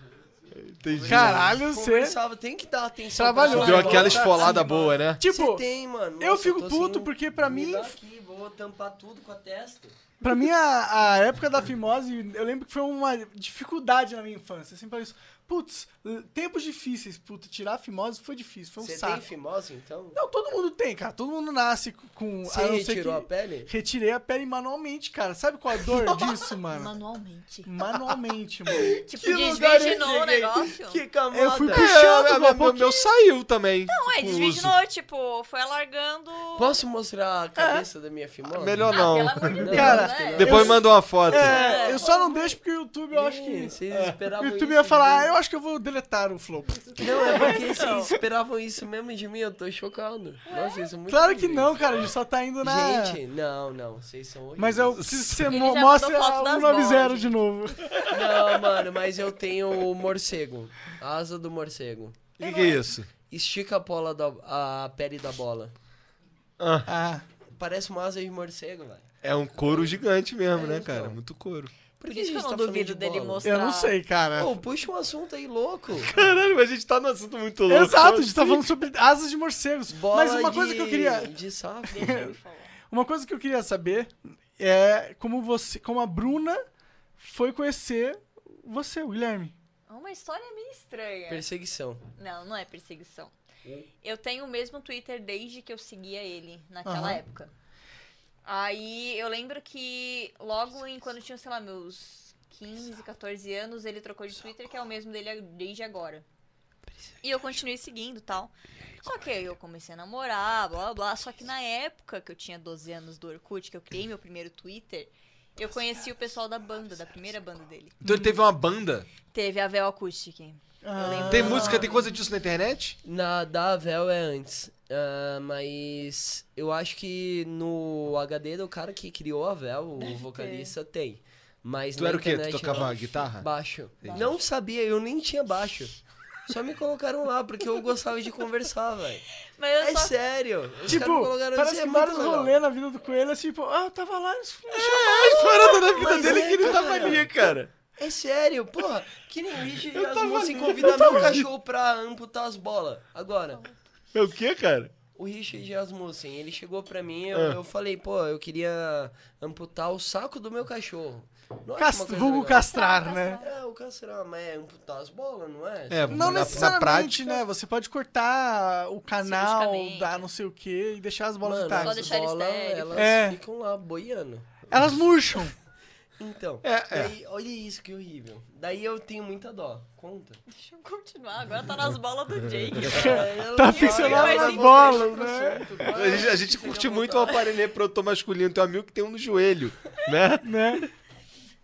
Entendi. caralho, você. Conversava, tem que dar atenção. Ah, Trabalhou. pra Deu ela, aquela tá esfolada assim, boa, né? Tipo, Você tem, mano. eu Nossa, fico tô puto sem- porque pra me mim- É dá aqui, vou tampar tudo com a testa. Pra mim, a, a época da fimose, eu lembro que foi uma dificuldade na minha infância. Assim, pra isso. Putz, l- tempos difíceis, puta, tirar a fimose foi difícil, foi um Você tem saco. fimose, então? Não, todo mundo tem, cara. Todo mundo nasce com- com. Você a não ser retirou que- a pele? Retirei a pele manualmente, cara. Sabe qual é a dor disso, mano? Manualmente. Manualmente, mano. Tipo, Que lugar desvirginou eu o cheguei? negócio. Que camada. é Eu fui É, puxando, a- a- com um a meu, meu, boquinha. saiu também. Não, é, Tipo, desvirginou, tipo, foi alargando. Posso mostrar a cabeça da minha fimose? Melhor Ah, pelo não. amor de Deus, Cara, né? Depois manda uma foto. É, eu só não deixo porque o YouTube eu acho que. Ih, vocês esperavam O YouTube isso ia de falar, mim. ah, eu acho que eu vou deletar o Flow. Não, é porque vocês esperavam isso mesmo de mim, eu tô chocado. Nossa, isso é muito Claro que horrível. não, cara, a gente só tá indo na. Gente, não, não, vocês são horríveis. Mas eu preciso que você Ele mo já mostre mandou a foto das 190 bolas, de novo. Não, mano, mas eu tenho o morcego. A asa do morcego. O que, que é isso? Estica a, bola da, a pele da bola. Ah, Parece uma asa de morcego, velho. É um couro gigante É mesmo, né, cara? então. Muito couro. Por Por isso que eu a gente não tá falando de duvido dele bola? mostrar. eu não sei, cara. Pô, puxa um assunto aí louco. Caralho, mas a gente tá num assunto muito louco. Exato, a gente tá falando sobre asas de morcegos. Bola Mas uma coisa de- que eu queria. De sapo. Deixa eu falar. Uma coisa que eu queria saber é como você. Como a Bruna foi conhecer você, o Guilherme. É Uma história meio estranha. Perseguição. Não, não é perseguição. Eu tenho o mesmo Twitter desde que eu seguia ele, naquela Aham. época. Aí eu lembro que logo em quando eu tinha, sei lá, meus 15, 14 anos, ele trocou de Twitter, que é o mesmo dele desde agora. E eu continuei seguindo e tal. Só que aí eu comecei a namorar, blá blá blá. Só que na época que eu tinha 12 anos do Orkut, que eu criei meu primeiro Twitter, eu conheci o pessoal da banda, da primeira banda dele. Então ele teve uma banda. Teve a Véu Acoustic. Eu Ah. lembro. Tem música, tem coisa disso na internet? Na da Vel é antes. Ah, mas eu acho que no HD do cara que criou a Vel, o vocalista, tem. Mas Tu na era o quê? Tu internet, tocava não. guitarra? Baixo. Não sabia, eu nem tinha baixo. Só me colocaram lá, porque eu gostava de conversar, velho. Mas eu É só sério. Os Tipo, caras me colocaram parece isso, que é vários muito legal. rolês na vida do Coelho, assim, tipo, ah, eu tava lá, eles me A história da vida Mas dele é, que ele tá tava cara. ali, cara. É sério, porra. Que nem vídeo as moças convidam meu cachorro pra amputar as bolas. Agora. É o quê, cara? O Hum. Richard Asmussen, ele chegou pra mim, eu, É. eu falei, pô, eu queria amputar o saco do meu cachorro. Não acho É, uma Cast... coisa vulgo legal. castrar, né? É, o castrar, mas é amputar as bolas, não é? É, Não na, na prática. necessariamente, né? Você pode cortar o canal Cirurgicamente. da não sei o que e deixar as bolas Mano, de só as tarde. deixar eles bolas, estéril. elas É. ficam lá boiando. Elas murcham. Então, É, é. daí, olha isso que horrível. Daí eu tenho muita dó. Conta. Deixa eu continuar, agora tá nas bolas do Jake. Tá olha, ficcionado mas nas sim, bolas, né? A gente, a gente curte muito o aparelho reprodutor masculino. Tem um amigo que tem um no joelho, né? né?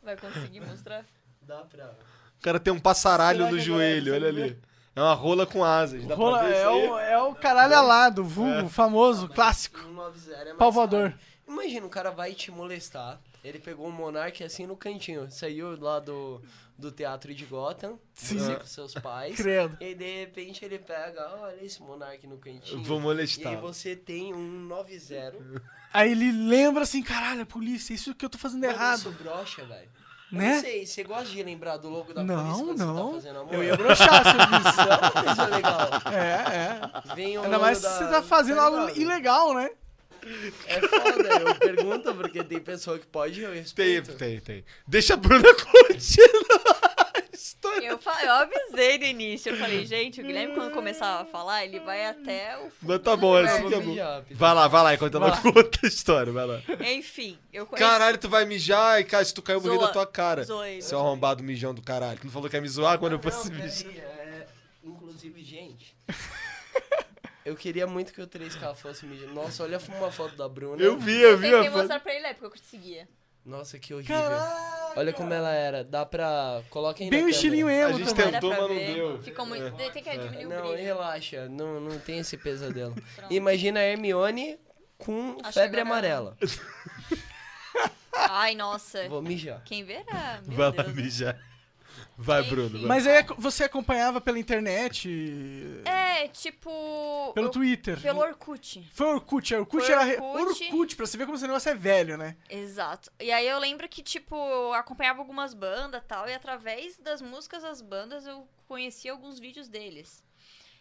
Vai conseguir mostrar? Dá pra... O cara tem um passaralho Será no que a joelho, olha galera consegue ali. É uma rola com asas. Dá Rola- pra ver é, isso aí? o, é o caralho alado, vulgo, famoso, clássico. 190 é mais Pau voador. raro. Imagina, o cara vai te molestar. Ele pegou o Monark assim no cantinho. Saiu lá do, do teatro de Gotham. Sim. com seus pais. Credo. E aí, de repente ele pega, "Ah, olha esse Monark no cantinho. Vou molestar. E aí você tem um 9-0. Aí ele lembra assim, caralho, a polícia, isso que eu tô fazendo Mano, errado. Isso brocha, velho. Eu Né? Não sei, você gosta de lembrar do logo da polícia Não, quando não. é você tá fazendo amor? eu ia broxar se eu visse. Isso é uma coisa legal. É, é. Vem o Ainda logo mais se da- você tá fazendo algo ligado? Tá ilegal, né? É foda, eu pergunto porque tem pessoa que pode eu Tem, respeito. tem, tem. Deixa a Bruna continuar a história. Eu, fa- eu avisei no início, eu falei, gente, o Guilherme quando começar a falar, ele vai até o fundo. Mas tá bom, é do assim universo. que é Eu vou mijar, bom. Pedro. Vai lá, vai lá, enquanto ela conta a história, vai lá. Enfim, eu conheci... Caralho, tu vai mijar e, cara, se tu caiu, eu vou rir Zoa. da tua cara. Zoei. Seu arrombado mijão do caralho. Tu não falou que ia me zoar quando eu Não, fosse peraí, mijar. é, Inclusive, gente. Eu queria muito que o 3K fosse mídia. Nossa, olha uma foto da Bruna. Eu vi, eu vi Eu tentei a foto. mostrar pra ele, é porque eu conseguia. Nossa, que horrível. Olha como ela era. Dá pra. Coloca aí Bem na o câmera. estilinho A emo gente também. Era Tentou, pra mas não ver. deu. É. Ficou muito... Tem que diminuir o Não, brilho. relaxa. Não, não tem esse pesadelo. Imagina a Hermione com febre agora- amarela. Ai, nossa. Vou mijar. Quem verá, meu Vai lá Deus. mijar. Vai, Enfim. Bruno. vai. Mas aí ac- você acompanhava pela internet, e- É, tipo... pelo eu- Twitter. Pelo Orkut. Foi o Orkut, é, Orkut Foi era... re- Orkut. Orkut, pra você ver como esse negócio é velho, né? Exato. E aí eu lembro que, tipo, eu acompanhava algumas bandas e tal, e através das músicas das bandas eu conhecia alguns vídeos deles.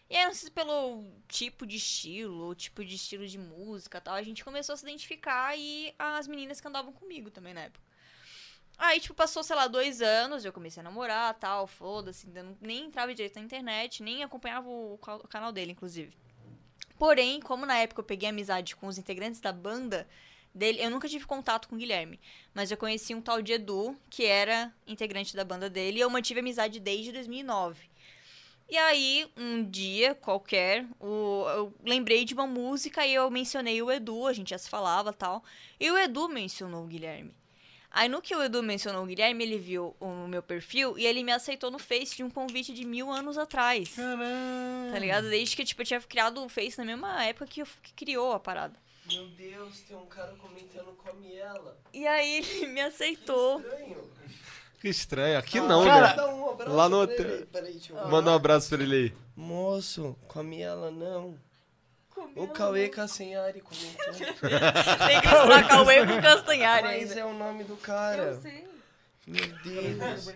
E aí, eu não sei se pelo tipo de estilo, ou tipo de estilo de música e tal, a gente começou a se identificar e as meninas que andavam comigo também na época. Aí, tipo, passou, sei lá, dois anos, eu comecei a namorar tal, foda-se, ainda não- nem entrava direito na internet, nem acompanhava o ca- o canal dele, inclusive. Porém, como na época eu peguei amizade com os integrantes da banda dele, eu nunca tive contato com o Guilherme, mas eu conheci um tal de Edu, que era integrante da banda dele, e eu mantive amizade desde 2009. E aí, um dia qualquer, o- eu lembrei de uma música e eu mencionei o Edu, a gente já se falava tal, e o Edu mencionou o Guilherme. Aí no que o Edu mencionou o Guilherme, ele viu o meu perfil e ele me aceitou no Face de um convite de mil anos atrás. Tá ligado? Desde que tipo, eu tinha criado o Face na mesma época que, eu, que criou a parada. Meu Deus, tem um cara comentando come ela. E aí ele me aceitou. Estranho. Que estranho. Aqui não, né? Dá um abraço lá no pra hotel- ele. Peraí, deixa eu ver. Manda um abraço pra ele aí. Moço, come ela não. O Cauê Cassenhari comentou. Tem que estar Cauê com Castanhari Mas ainda. é o nome do cara. Meu Deus.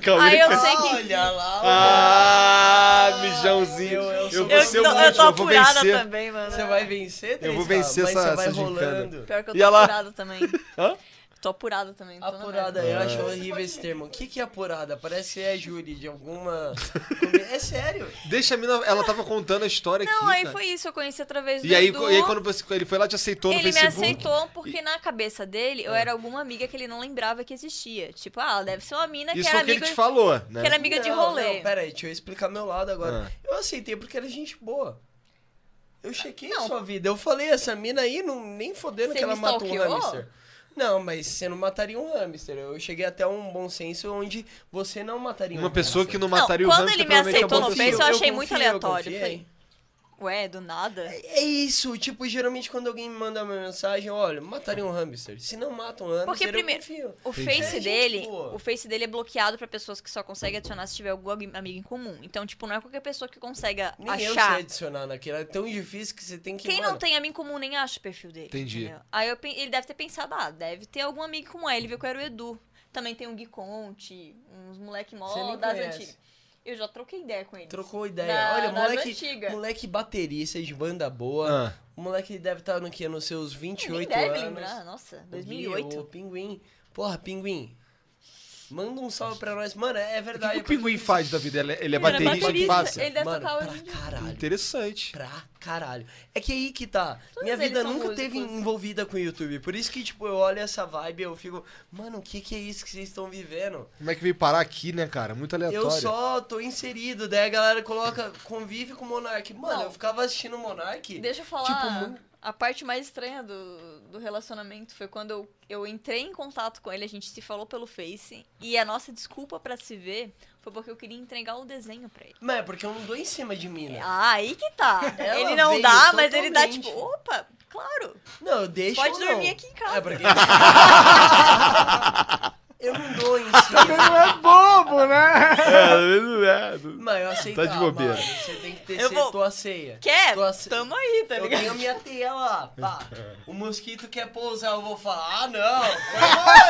Calma Aí eu cara. sei que. Olha lá. Ah, mijãozinho. Eu- eu Eu, sou- vou Eu, ser o tô- último, eu tô eu vou apurada vencer. também, mano. Você vai vencer, Eu vou Trisca? vencer Mas essa- você vai essa gincana. rolando. Pior que eu E tô ela- apurada também. Hã? Tô apurada também. tô na Apurada, merda. eu acho horrível esse termo. O que, que é apurada? Parece que é júri de alguma. comi- É sério. Deixa a mina. Ela tava contando a é. história aqui. Não, aí cara. foi isso. Eu conheci através do E aí, Edu. e aí quando você- ele foi lá, te aceitou no Ele me Facebook. É. aceitou porque na cabeça dele eu era alguma amiga que ele não lembrava que existia. Tipo, ah, deve ser uma mina que Isso era foi o que ele amiga, te falou, né? que era amiga de Não, rolê. Não, pera aí, deixa eu explicar meu lado Ah. agora. Eu aceitei porque era gente boa. Eu chequei a sua vida. Eu falei, essa mina aí, não, nem fodendo Você que ela me matou um stalkeou? hamster. Não, mas você não mataria um hamster. Eu cheguei até um bom senso onde você não mataria Uma um pessoa hamster. que não mataria quando o hamster, ele me provavelmente é uma aceitou boa no pessoa. Face, eu achei muito confiei, eu aleatório, confiei. falei. Ué, do nada? É isso, tipo, geralmente quando alguém me manda uma mensagem, olha, mataria um hamster. Se não mata um hamster, Porque eu primeiro, confio. o É Face gente dele, boa. o Face dele é bloqueado pra pessoas que só conseguem adicionar se tiver algum amigo em comum. Então, tipo, não é qualquer pessoa que consegue Nem eu sei achar. adicionar naquilo, é tão difícil que você tem que... Quem mano, não tem amigo em comum nem acha o perfil dele. Entendi. entendeu? Aí eu pen- ele deve ter pensado, ah, deve ter algum amigo como ele, viu que era o Edu. Também tem o Gui Conte, uns moleque Você mó nem das conhece. antigas. Eu já troquei ideia com ele. Trocou ideia. Da- Olha, das moleque, antigas. moleque baterista de banda boa. Ah. O moleque deve estar no que? Nos seus Nem 28 deve anos. lembrar, né? nossa, O Gui, 2008. o Pinguim. Porra, Pinguim. Manda um salve pra nós. Mano, é O que verdade. que o pinguim faz da vida? Ele é, ele é Ele era baterista, de baterista, farsa? ele deve Mano, tocar pra hoje em dia. caralho. Interessante. pra caralho. É que aí que tá. Todos Minha eles vida são nunca teve músicos. envolvida com o YouTube. Por isso que, tipo, eu olho essa vibe e eu fico, mano, o que, que é isso que vocês estão vivendo? Como é que veio parar aqui, né, cara? Muito aleatório. Eu só tô inserido, daí a galera coloca, convive com o Monark. Mano, Não. eu ficava assistindo o Monark. Deixa eu falar. Tipo, mu- A parte mais estranha do, do relacionamento foi quando eu, eu entrei em contato com ele, a gente se falou pelo Face, e a nossa desculpa pra se ver foi porque eu queria entregar o desenho pra ele. Mas é porque eu não dou em cima de mim, né? Ah, aí que tá. Ela ele não veio dá, mas ele dá totalmente. tipo, opa, claro. Não, eu deixo Pode ou não. dormir aqui em casa. É porque... eu não dou em cima. é bobo, né? É, Mas eu aceito. Tá de ah, bobeira. mano, você tem que ter Eu ce- vou- tua ceia. Quer? Tua ce- Tamo aí, tá Tipo assim, Eu ligado? tenho um minha tela lá, pá. O mosquito quer pousar, eu vou falar, ah, não.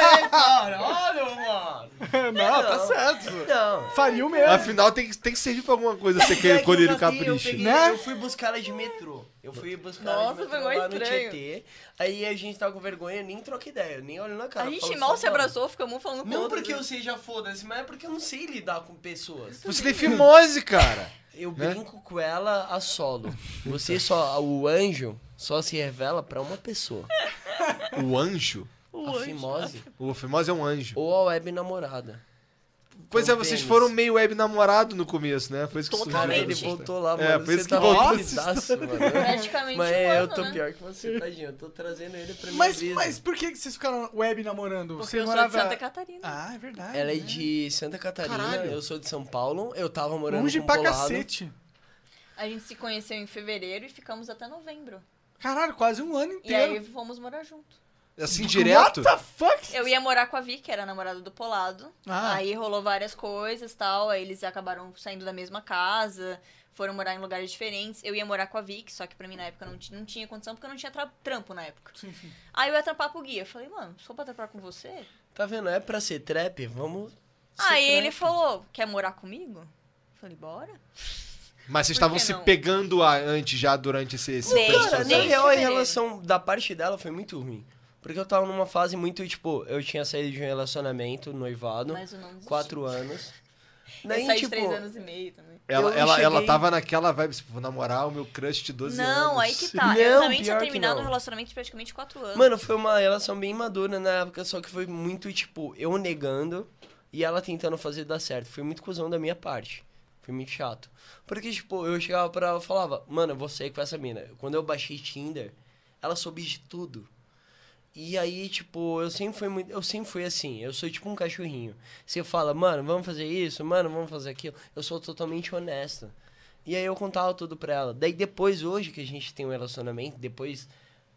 Vai, cara, olha, mano. Não, tá certo. Não. Faria o mesmo. Afinal, tem que, tem que servir pra alguma coisa você É quer que quando ele uma vez eu capricha. peguei- Né? Eu fui buscar ela de metrô. Eu fui buscar ela de Nossa, metrô foi mó lá no estranho. Tietê. Aí a gente tava com vergonha, nem troca ideia, nem olho na cara. A Eu gente falo mal só, se mano, abraçou, ficamos um falando com o Não outro, porque né? eu seja foda-se, mas é porque eu não sei lidar com pessoas. Você tem fimose, cara. Eu Né? brinco com ela a solo. Você só. O anjo só se revela pra uma pessoa. É, O anjo? a fimose O fimose é um anjo. ou a web namorada. Então Pois é, vocês um Pênis. foram meio web namorado no começo, né? Foi isso que surgiu. Cara, Totalmente. ele voltou lá, mano. É, por você tá isso que tava voltou essa felizaço, mano. Praticamente Mas um é, eu ano, tô né? pior que você, tadinho. Eu tô trazendo ele pra minha Mas, vida. mas por que que vocês ficaram web namorando? Porque Você eu sou de morava- Santa Catarina. Ah, é verdade. Ela é né? de Santa Catarina, Caralho. eu sou de São Paulo, eu tava morando Longe com um pra bolado. cacete. A gente se conheceu em fevereiro e ficamos até novembro. Caralho, quase um ano E inteiro. aí fomos morar junto. Assim, direto? What the fuck? Eu ia morar com a Vi, que era a namorada do Polado. Ah. Aí rolou várias coisas tal. Aí eles acabaram saindo da mesma casa, foram morar em lugares diferentes. Eu ia morar com a Vi, que só que pra mim na época não, ti- não tinha condição, porque eu não tinha tra- trampo na época. Sim, sim. Aí eu ia trampar pro guia. Eu falei, mano, sou pra trampar com você? Tá vendo? É pra ser trap, vamos. ser aí Ah, ele trap. falou, quer morar comigo? Eu falei, bora. Mas vocês Por estavam que se não? pegando a- antes já durante esse, esse Sim. processo? Cara, Desde na real, a fevereiro. relação da parte dela foi muito ruim. Porque eu tava numa fase muito, tipo, eu tinha saído de um relacionamento, noivado, Mas eu não desisti. quatro anos. tipo, eu saí de três anos e meio também. Ela, Eu ela, ela cheguei- tava naquela vibe, tipo, vou namorar o meu crush de 12 anos. Não, aí que tá. Não, eu também tinha pior que terminado não. um relacionamento de praticamente quatro anos. Mano, foi uma relação bem madura na época, só que foi muito, tipo, eu negando e ela tentando fazer dar certo. Foi muito cuzão da minha parte. Foi muito chato. Porque, tipo, eu chegava pra ela e falava, mano, eu vou sair com essa mina. Quando eu baixei Tinder, ela soube de tudo. E aí, tipo, eu sempre fui muito. Eu sempre fui assim, eu sou tipo um cachorrinho. Você fala, mano, vamos fazer isso, mano, vamos fazer aquilo. Eu sou totalmente honesto. E aí eu contava tudo pra ela. Daí depois, hoje que a gente tem um relacionamento, depois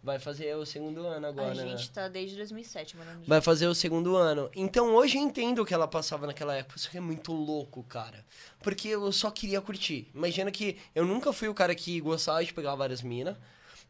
vai fazer o segundo ano agora, a né? gente tá desde 2007 morando junto. Vai fazer o segundo ano. Então hoje eu entendo o que ela passava naquela época. Isso que é muito louco, cara. Porque eu só queria curtir. Imagina que eu nunca fui o cara que gostava de pegar várias minas.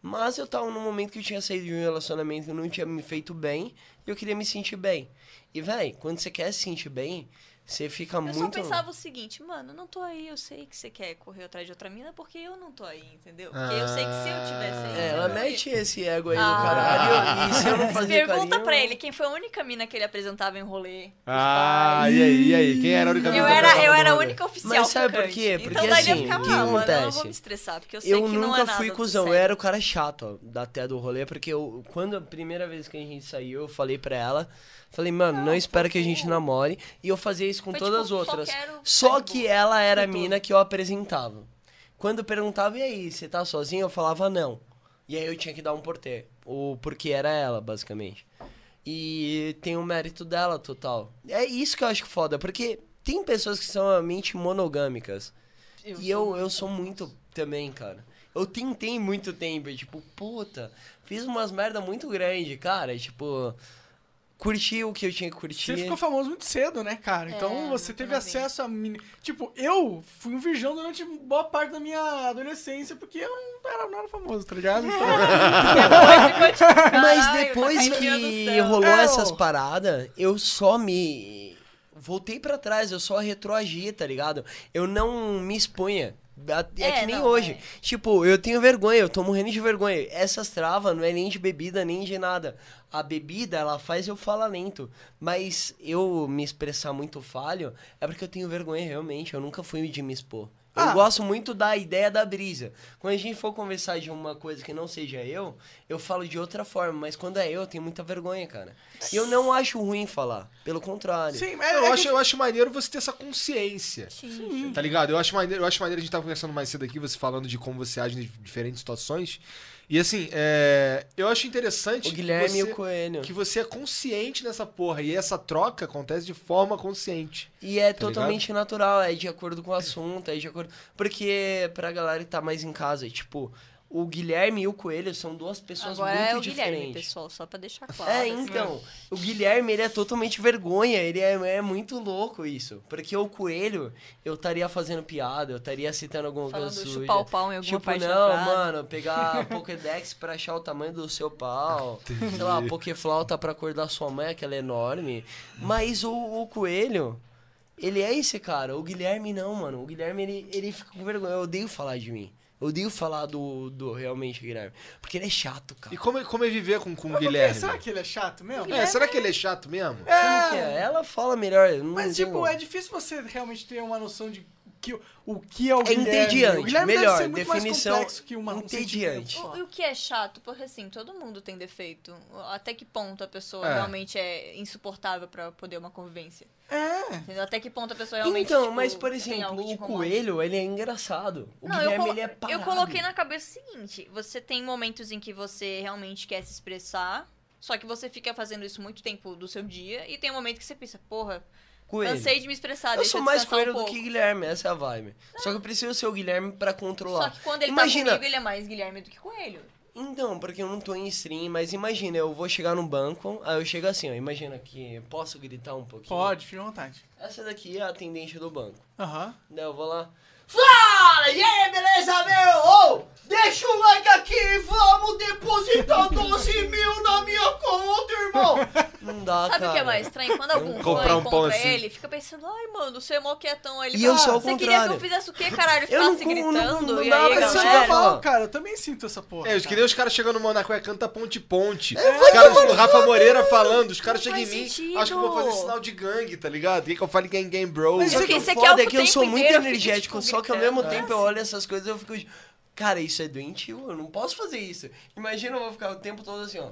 Mas eu tava num momento que eu tinha saído de um relacionamento que não tinha me feito bem. E eu queria me sentir bem. E, véi, quando você quer se sentir bem, você fica Eu muito. só pensava o seguinte, mano, eu não tô aí, eu sei que você quer correr atrás de outra mina porque eu não tô aí, entendeu? Porque eu sei que se eu tivesse aí. É, eu ela não ia. mete esse ego aí no Ah. caralho. E se eu não fazer Pergunta carinho, pra ele quem foi a única mina que ele apresentava em rolê. Ah, e aí, e aí? Quem era a única Eu mina era, dela? eu era a única oficial. Mas sabe por ficante. quê? Porque, então daí assim, eu ficava, o que ah, mano, eu não acontece? vou me estressar, porque eu sei Eu que não é nunca nada fui do cuzão, eu sério. era o cara chato ó, da até do rolê, porque eu, quando a primeira vez que a gente saiu, eu falei pra ela, falei, mano, não, espera que a gente namore, e eu fazia isso com Foi todas tipo, as só outras. quero ficar Só de que boa. ela era a Tudo. mina que eu apresentava. Quando perguntava, e aí, você tá sozinho? Eu falava, não. E aí eu tinha que dar um porquê, o porque era ela, basicamente. E tem o mérito dela total. É isso que eu acho foda, porque tem pessoas que são realmente monogâmicas. e eu, eu sou muito também, cara. Eu tentei muito tempo, e, tipo, puta, fiz umas merda muito grande, cara. e, Tipo, curti o que eu tinha que curtir. Você ficou famoso muito cedo, né, cara? Então É, você teve também. acesso a mini. Tipo, eu fui um virgão durante boa parte da minha adolescência, porque eu não era, não era famoso, tá ligado? Então, Mas Ai, depois meu Deus do que céu. rolou É, essas ô. paradas, eu só me. Voltei pra trás, eu só retroagi, tá ligado? Eu não me expunha. A- É, É, que nem não, hoje. é. Tipo, eu tenho vergonha, eu tô morrendo de vergonha. Essas travas não é nem de bebida, nem de nada. A bebida, ela faz eu falar lento. Mas eu me expressar muito falho é porque eu tenho vergonha, realmente. Eu nunca fui de me expor. Eu Ah. gosto muito da ideia da brisa. Quando a gente for conversar de uma coisa que não seja eu, eu falo de outra forma. Mas quando é eu, eu tenho muita vergonha, cara. E eu não acho ruim falar. Pelo contrário. Sim, mas Eu é acho, que- eu acho maneiro você ter essa consciência. Tá ligado? Eu acho maneiro, eu acho maneiro a gente tava conversando mais cedo aqui, você falando de como você age em diferentes situações. E assim, é, eu acho interessante. O Guilherme que e o você, Coelho. que você é consciente nessa porra. E essa troca acontece de forma consciente. E Tá é ligado? totalmente natural, é de acordo com o assunto, é de acordo. Porque pra galera que tá mais em casa, tipo, o Guilherme e o Coelho são duas pessoas Agora muito é o diferentes. Guilherme, pessoal, só pra deixar claro. É, assim. então, o Guilherme, ele é totalmente vergonha, ele é, é muito louco isso. Porque o Coelho, eu estaria fazendo piada, eu estaria citando alguma Falando coisa suja. chupar o pau em alguma tipo, parte da não, frase. mano, pegar a Pokédex pra achar o tamanho do seu pau. sei lá, a Pokéflauta pra acordar sua mãe, que ela é enorme. Mas o, o Coelho, ele é esse cara. O Guilherme não, mano. O Guilherme, ele, ele fica com vergonha. Eu odeio falar de mim. Eu odeio falar do, do realmente Guilherme. Porque ele é chato, cara. E como, é- como é viver com, com o Mas por quê? Guilherme? Será que ele é chato mesmo? É, será que ele é chato mesmo? Como que é? Ela fala melhor. eu Não Mas, sei tipo, como. é difícil você realmente ter uma noção de o que, o que é o É Guilherme. entediante, O Guilherme melhor, deve ser muito definição, mais complexo que uma, um entediante. sentimento. O- E o que é chato, porque assim, todo mundo tem defeito. Até que ponto a pessoa É. realmente é insuportável pra poder uma convivência? É. Entendeu? Até que ponto a pessoa realmente. Então, tipo, mas por tem algo exemplo, de o romântico? coelho, ele é engraçado. O Não, eu, Guilherme, colo- ele é parado. eu coloquei na cabeça o seguinte: você tem momentos em que você realmente quer se expressar, só que você fica fazendo isso muito tempo do seu dia, e tem um momento que você pensa, porra, coelho. cansei de me expressar, Eu deixa sou eu mais descansar coelho um do pouco. que Guilherme, essa é a vibe. Só que eu preciso ser o Guilherme pra Só controlar. que quando ele imagina, tá comigo, ele é mais Guilherme do que Coelho. Então, porque eu não tô em stream, mas imagina, eu vou chegar no banco, aí eu chego assim, ó, imagina que posso gritar um pouquinho? Pode, fica à vontade. Essa daqui é a atendente do banco. Aham. Daí eu vou lá. Fala! E aí, beleza, meu? Ô, deixa o like aqui, vamos depositar 12 mil na minha conta, irmão! Não dá, Sabe cara. o que é mais estranho? Quando algum fã Comprar um pão encontra assim. ele, fica pensando, ai, mano, você é mó quietão. Aí Ele E eu fala, "Ah, sou ao Você queria que contrário. eu fizesse o quê, caralho? Eu não Ficasse con- não- gritando? não e dá pra aí, Mas Legal, isso é né? normal, Ó. cara. Eu também sinto essa porra. É, eu que cara. nem os caras chegando numa, na cueca, canta ponte-ponte. Os caras, o Rafa Moreira falando, os caras Não chegam em mim, faz sentido. acho que eu vou fazer sinal de gangue, tá ligado? E que eu falo gang, gang, bro. Mas Só isso que é o que você quer o foda é que eu tempo sou muito inteiro, fica, energético, tipo, só que ao mesmo gritando. tempo eu olho essas coisas e eu fico. de, Cara, isso é doentio, eu não posso fazer isso. Imagina eu vou ficar o tempo todo assim, ó.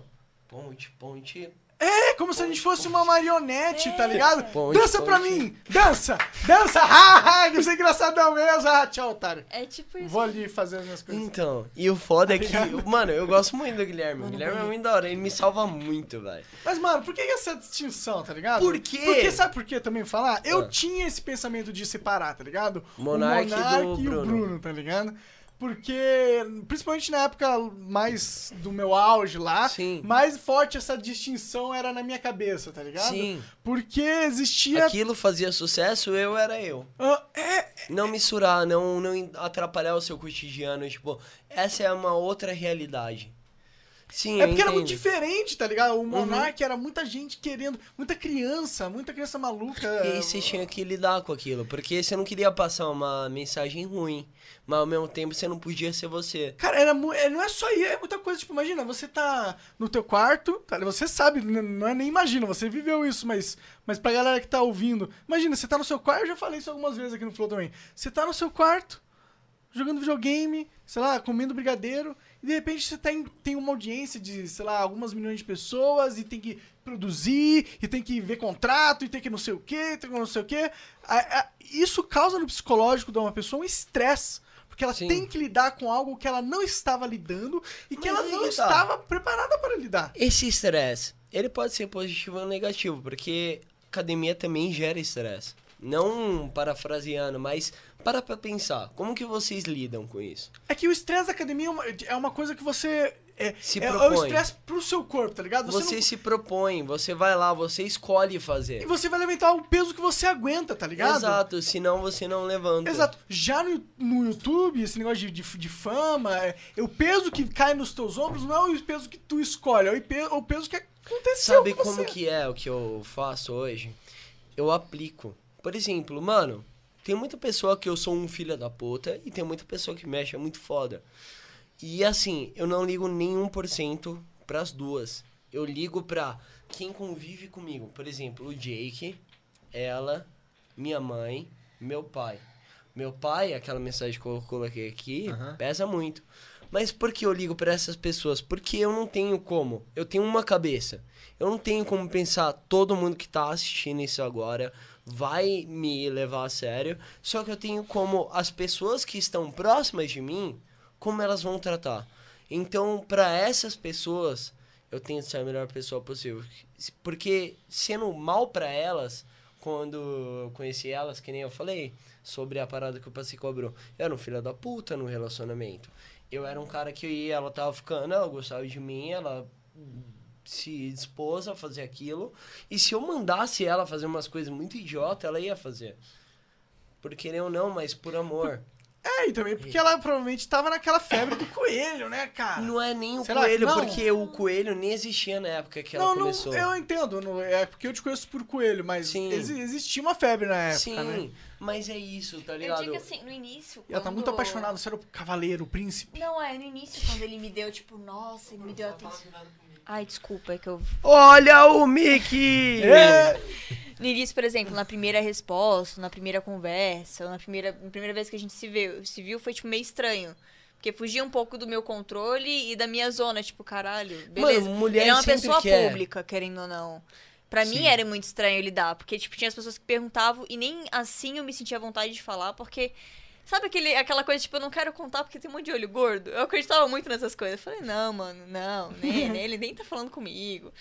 Ponte, ponte. É como se a gente fosse uma marionete, tá ligado? Ponte, dança pra ponte. mim! Dança! Dança! Ha, ha, que você é engraçadão mesmo! Ah, tchau, otário. Hum, É tipo isso. Vou ali fazer as minhas coisas. Então, e o foda é que. Mano, eu gosto muito do Guilherme. O Guilherme é muito da hora, ele me salva muito, velho. Mas, mano, por que essa distinção, tá ligado? Por quê? Porque, sabe por que também falar? Eu Ah. tinha esse pensamento de separar, tá ligado? Monark e do Monark e o Bruno. Bruno, tá ligado? Porque, principalmente na época mais do meu auge lá, Sim. mais forte essa distinção era na minha cabeça, tá ligado? Sim. Porque existia. Aquilo fazia sucesso, eu era eu. Ah, é, Não misturar, não, não in- atrapalhar o seu cotidiano. Tipo, essa é uma outra realidade. Sim, É eu porque era muito entendo. diferente, tá Uhum. ligado? O Monark era muita gente querendo, muita criança, muita criança maluca. E aí você tinha que lidar com aquilo, porque você não queria passar uma mensagem ruim, mas ao mesmo tempo você não podia ser você. Cara, era mu- é, não é só isso, é muita coisa. Tipo, imagina, você tá no teu quarto, tá, você sabe, n- não é nem imagina, você viveu isso, mas, mas pra galera que tá ouvindo, imagina, você tá no seu quarto, eu já falei isso algumas vezes aqui no Flow também. Você tá no seu quarto, jogando videogame, sei lá, comendo brigadeiro, e de repente você tá em- tem uma audiência de, sei lá, algumas milhões de pessoas, e tem que produzir, e tem que ver contrato, e tem que não sei o quê, tem que não sei o quê. A- a- Isso causa no psicológico de uma pessoa um estresse. Porque ela Sim. tem que lidar com algo que ela não estava lidando e que Mas ela aí não que tá. estava preparada para lidar. Esse estresse, ele pode ser positivo ou negativo, porque academia também gera estresse. Não parafraseando, mas para pra pensar, como que vocês lidam com isso? É que o estresse da academia é uma, é uma coisa que você. É, Se é, é o propõe. estresse pro seu corpo, tá ligado? Você não- se propõe, você vai lá, você escolhe fazer. E você vai levantar o peso que você aguenta, tá ligado? Exato, senão você não levanta. Exato. Já no, no YouTube, esse negócio de, de, de fama, é, é o peso que cai nos teus ombros não é o peso que tu escolhe, é o, pe- é o peso que aconteceu Sabe com como você. que é o que eu faço hoje? Eu aplico. Por exemplo, mano, tem muita pessoa que eu sou um filho da puta e tem muita pessoa que mexe, é muito foda. E assim, eu não ligo nenhum por cento pras duas. Eu ligo pra quem convive comigo. Por exemplo, o Jake, ela, minha mãe, meu pai. Meu pai, aquela mensagem que eu coloquei aqui, pesa muito. Mas por que eu ligo pra essas pessoas? Porque eu não tenho como. Eu tenho uma cabeça. Eu não tenho como pensar todo mundo que tá assistindo isso agora vai me levar a sério. Só que eu tenho como as pessoas que estão próximas de mim, como elas vão tratar. Então, pra essas pessoas, eu tento ser a melhor pessoa possível. Porque sendo mal pra elas, quando eu conheci elas, que nem eu falei, sobre a parada que o Paci cobrou, eu era um filho da puta no relacionamento. Eu era um cara que ia, ela tava ficando, ela gostava de mim, ela se dispôs a fazer aquilo. E se eu mandasse ela fazer umas coisas muito idiota, ela ia fazer. Por querer ou não, mas por amor. É, e também porque ela provavelmente tava naquela febre do coelho, né, cara? Não é nem o Será que coelho, não? porque o coelho nem existia na época que ela não, não, começou. eu entendo. não- é porque eu te conheço por coelho, mas Sim. exi- existia uma febre na época, Sim, né? mas é isso, tá Eu ligado? digo assim, no início. E ela tá quando- muito apaixonada, você era o cavaleiro, o príncipe. Não, é no início, quando ele me deu, tipo, nossa, ele me deu atenção. Ai, desculpa, é que eu. Olha o Mickey! No início, por exemplo, na primeira resposta, na primeira conversa, ou na primeira, na primeira vez que a gente se viu, se viu, foi, tipo, meio estranho. Porque fugia um pouco do meu controle e da minha zona, tipo, caralho. Beleza. mulher ele é uma sempre pessoa quer. pública, querendo ou não. Pra Sim. mim era muito estranho lidar, porque, tipo, tinha as pessoas que perguntavam e nem assim eu me sentia à vontade de falar, porque. Sabe aquele, aquela coisa, tipo, eu não quero contar porque tem um monte de olho gordo? Eu acreditava muito nessas coisas. Eu falei, não, mano, não, né, né, ele nem tá falando comigo.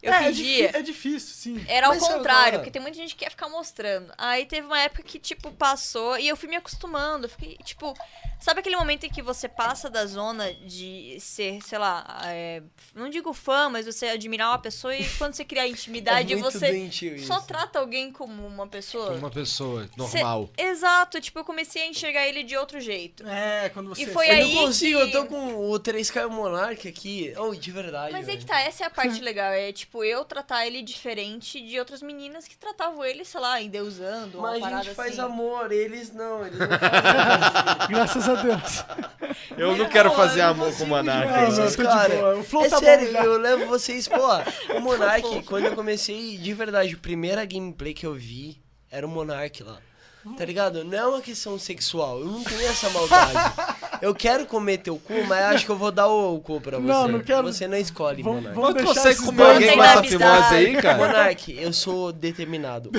Eu é, é fingia. difí- é difícil, sim. Era ao Mas sabe qual é? contrário, porque tem muita gente que quer ficar mostrando. Aí teve uma época que, tipo, passou e eu fui me acostumando. Eu Fiquei, tipo, sabe aquele momento em que você passa da zona de ser, sei lá, é, não digo fã, mas você admirar uma pessoa e quando você criar intimidade, É muito você doentio só isso. trata alguém como uma pessoa. Uma pessoa Cê- normal. Exato, tipo, eu comecei a enxergar ele de outro jeito. É, quando você... E foi Eu aí não consigo, que- eu tô com o 3K Monark aqui. Oh, de verdade. Mas é que velho. tá, essa é a parte legal. É, tipo, eu tratar ele diferente de outras meninas que tratavam ele, sei lá, endeusando. uma Mas a parada gente faz assim. amor, eles não, eles não fazem. Graças a Deus. Eu não quero Pô, fazer eu não amor com consigo o Monarca. demais, não, mano. eu tô de cara. boa. O flow é tá bom sério, já. Tá eu levo vocês, pô. O Monark, quando eu comecei, de verdade, a primeira gameplay que eu vi era o Monark lá. Tá ligado? Não é uma questão sexual. Eu não tenho essa maldade. Eu quero comer teu cu, mas acho que eu vou dar o cu pra você. Não, não quero- Você não escolhe, Vamos, Monark. vamos Tu deixar consegue esses comer dois- alguém Tem com essa lápis da- fimose aí, cara? Monark, eu sou determinado.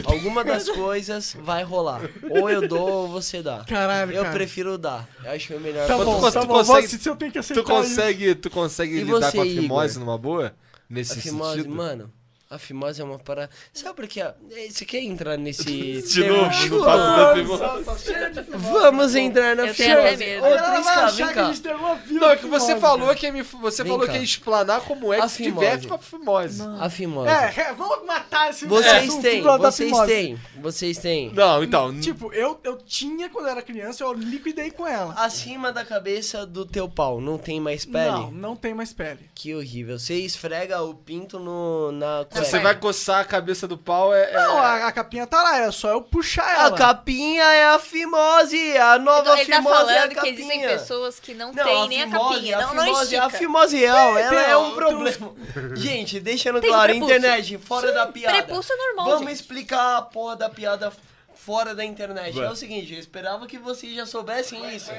Alguma das coisas vai rolar. Ou eu dou ou você dá. Caralho, Eu cara. prefiro dar. Eu acho que é o melhor. Tá pra bom, você. cons- tá tu bom. consegue- Você, eu tenho que aceitar Tu consegue, tu consegue E lidar você, com a fimose Igor? numa boa? A Nesse fimose, sentido? mano. A fimose é uma parada. Sabe por quê? Eh, Você quer entrar nesse. De tema? novo, no papo da fimose. Vamos entrar na Eu tenho até fimose. medo. Ô, Isso. Ela vai 3K, achar vem que a cá. gente deu uma vida. Não, é que você fimose, falou cara. que é me- você Vem falou cá. que ia explanar como é que A se fimose. diverte com a fimose. A fimose. É, é, vamos matar esse Vocês assunto têm, da- da vocês fimose. têm, vocês têm. Não, então. Tipo, eu, eu tinha quando eu era criança, eu liquidei com ela. Ah, Acima da cabeça do teu pau, não tem mais pele? Não, não tem mais pele. Que horrível. Você esfrega o pinto no, na Se cueca. você vai coçar a cabeça do pau, é. é- Não, a, a capinha tá lá, é só eu puxar A ela. capinha é a fimose, a nova Ele tá fimose é a falando capinha. que existem pessoas que não, Não, têm a nem a fimose, capinha. a não, não fimose, estica. A fimose real, ela tem, é tem um problema. Gente, deixando Tem claro, prepulso. internet, fora da piada. prepulso é normal, Vamos gente. explicar a porra da piada fora da internet. É o seguinte, eu esperava que vocês já soubessem isso.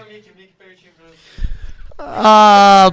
A,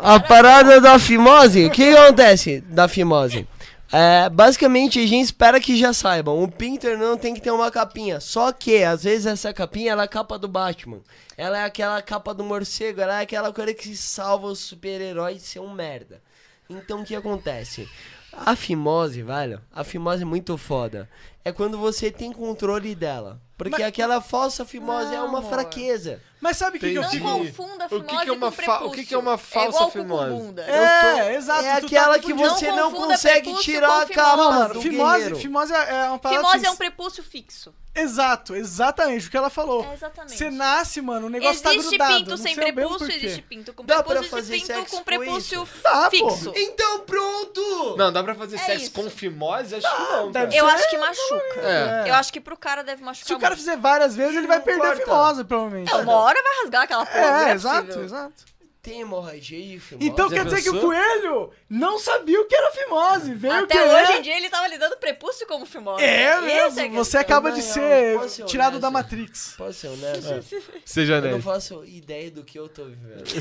a parada da fimose, o que acontece da fimose? É, basicamente, a gente espera que já saibam. O Pinter não tem que ter uma capinha. Só que, às vezes, essa capinha ela é a capa do Batman. Ela é aquela capa do morcego. Ela é aquela coisa que salva o super-herói de ser um merda. Então, o que acontece? A fimose, velho, a fimose é muito foda. É quando você tem controle dela. Porque aquela falsa fimose é uma Não, amor. fraqueza. Mas sabe o que, que eu Não Entendi. fico? confunda a O que fimose que é uma com fa- prepúcio. o que que é uma falsa igual fimose? cucumbunda. É, exato. É tu tá aquela que confundindo. você não confunda consegue prepúcio tirar a com capa fimose. do Mano, fimose, guerreiro. fimose é uma palavra. Fimose assim, é um prepúcio fixo. Exato, exatamente o que ela falou. É, exatamente. Você nasce, mano, o negócio tá Existe grudado. não pinto sem sei bem o prepúcio, porquê. existe pinto com Dá pra prepúcio, existe fazer pinto sexo com com prepúcio Dá, pô. fixo. Então pronto! Não, dá pra fazer É sexo isso. com fimose? Acho que não. deve cara. ser. Eu Isso acho que machuca. É. Eu acho que pro cara deve machucar Se o cara muito. fizer várias vezes, ele vai Não perder a corta. fimose, provavelmente. É, uma hora vai rasgar aquela porra. não É, é exato, possível. exato. Tem hemorragia e fimose. Então Já quer dizer que o pensou? coelho não sabia o que era fimose. Veio Até querer- hoje em dia ele tava lidando prepúcio como fimose. É Isso mesmo, que- você acaba Não, de não, ser posso ser tirado da honesto. Matrix. Posso ser honesto? Seja Eu não honesto. faço ideia do que eu tô vivendo. Que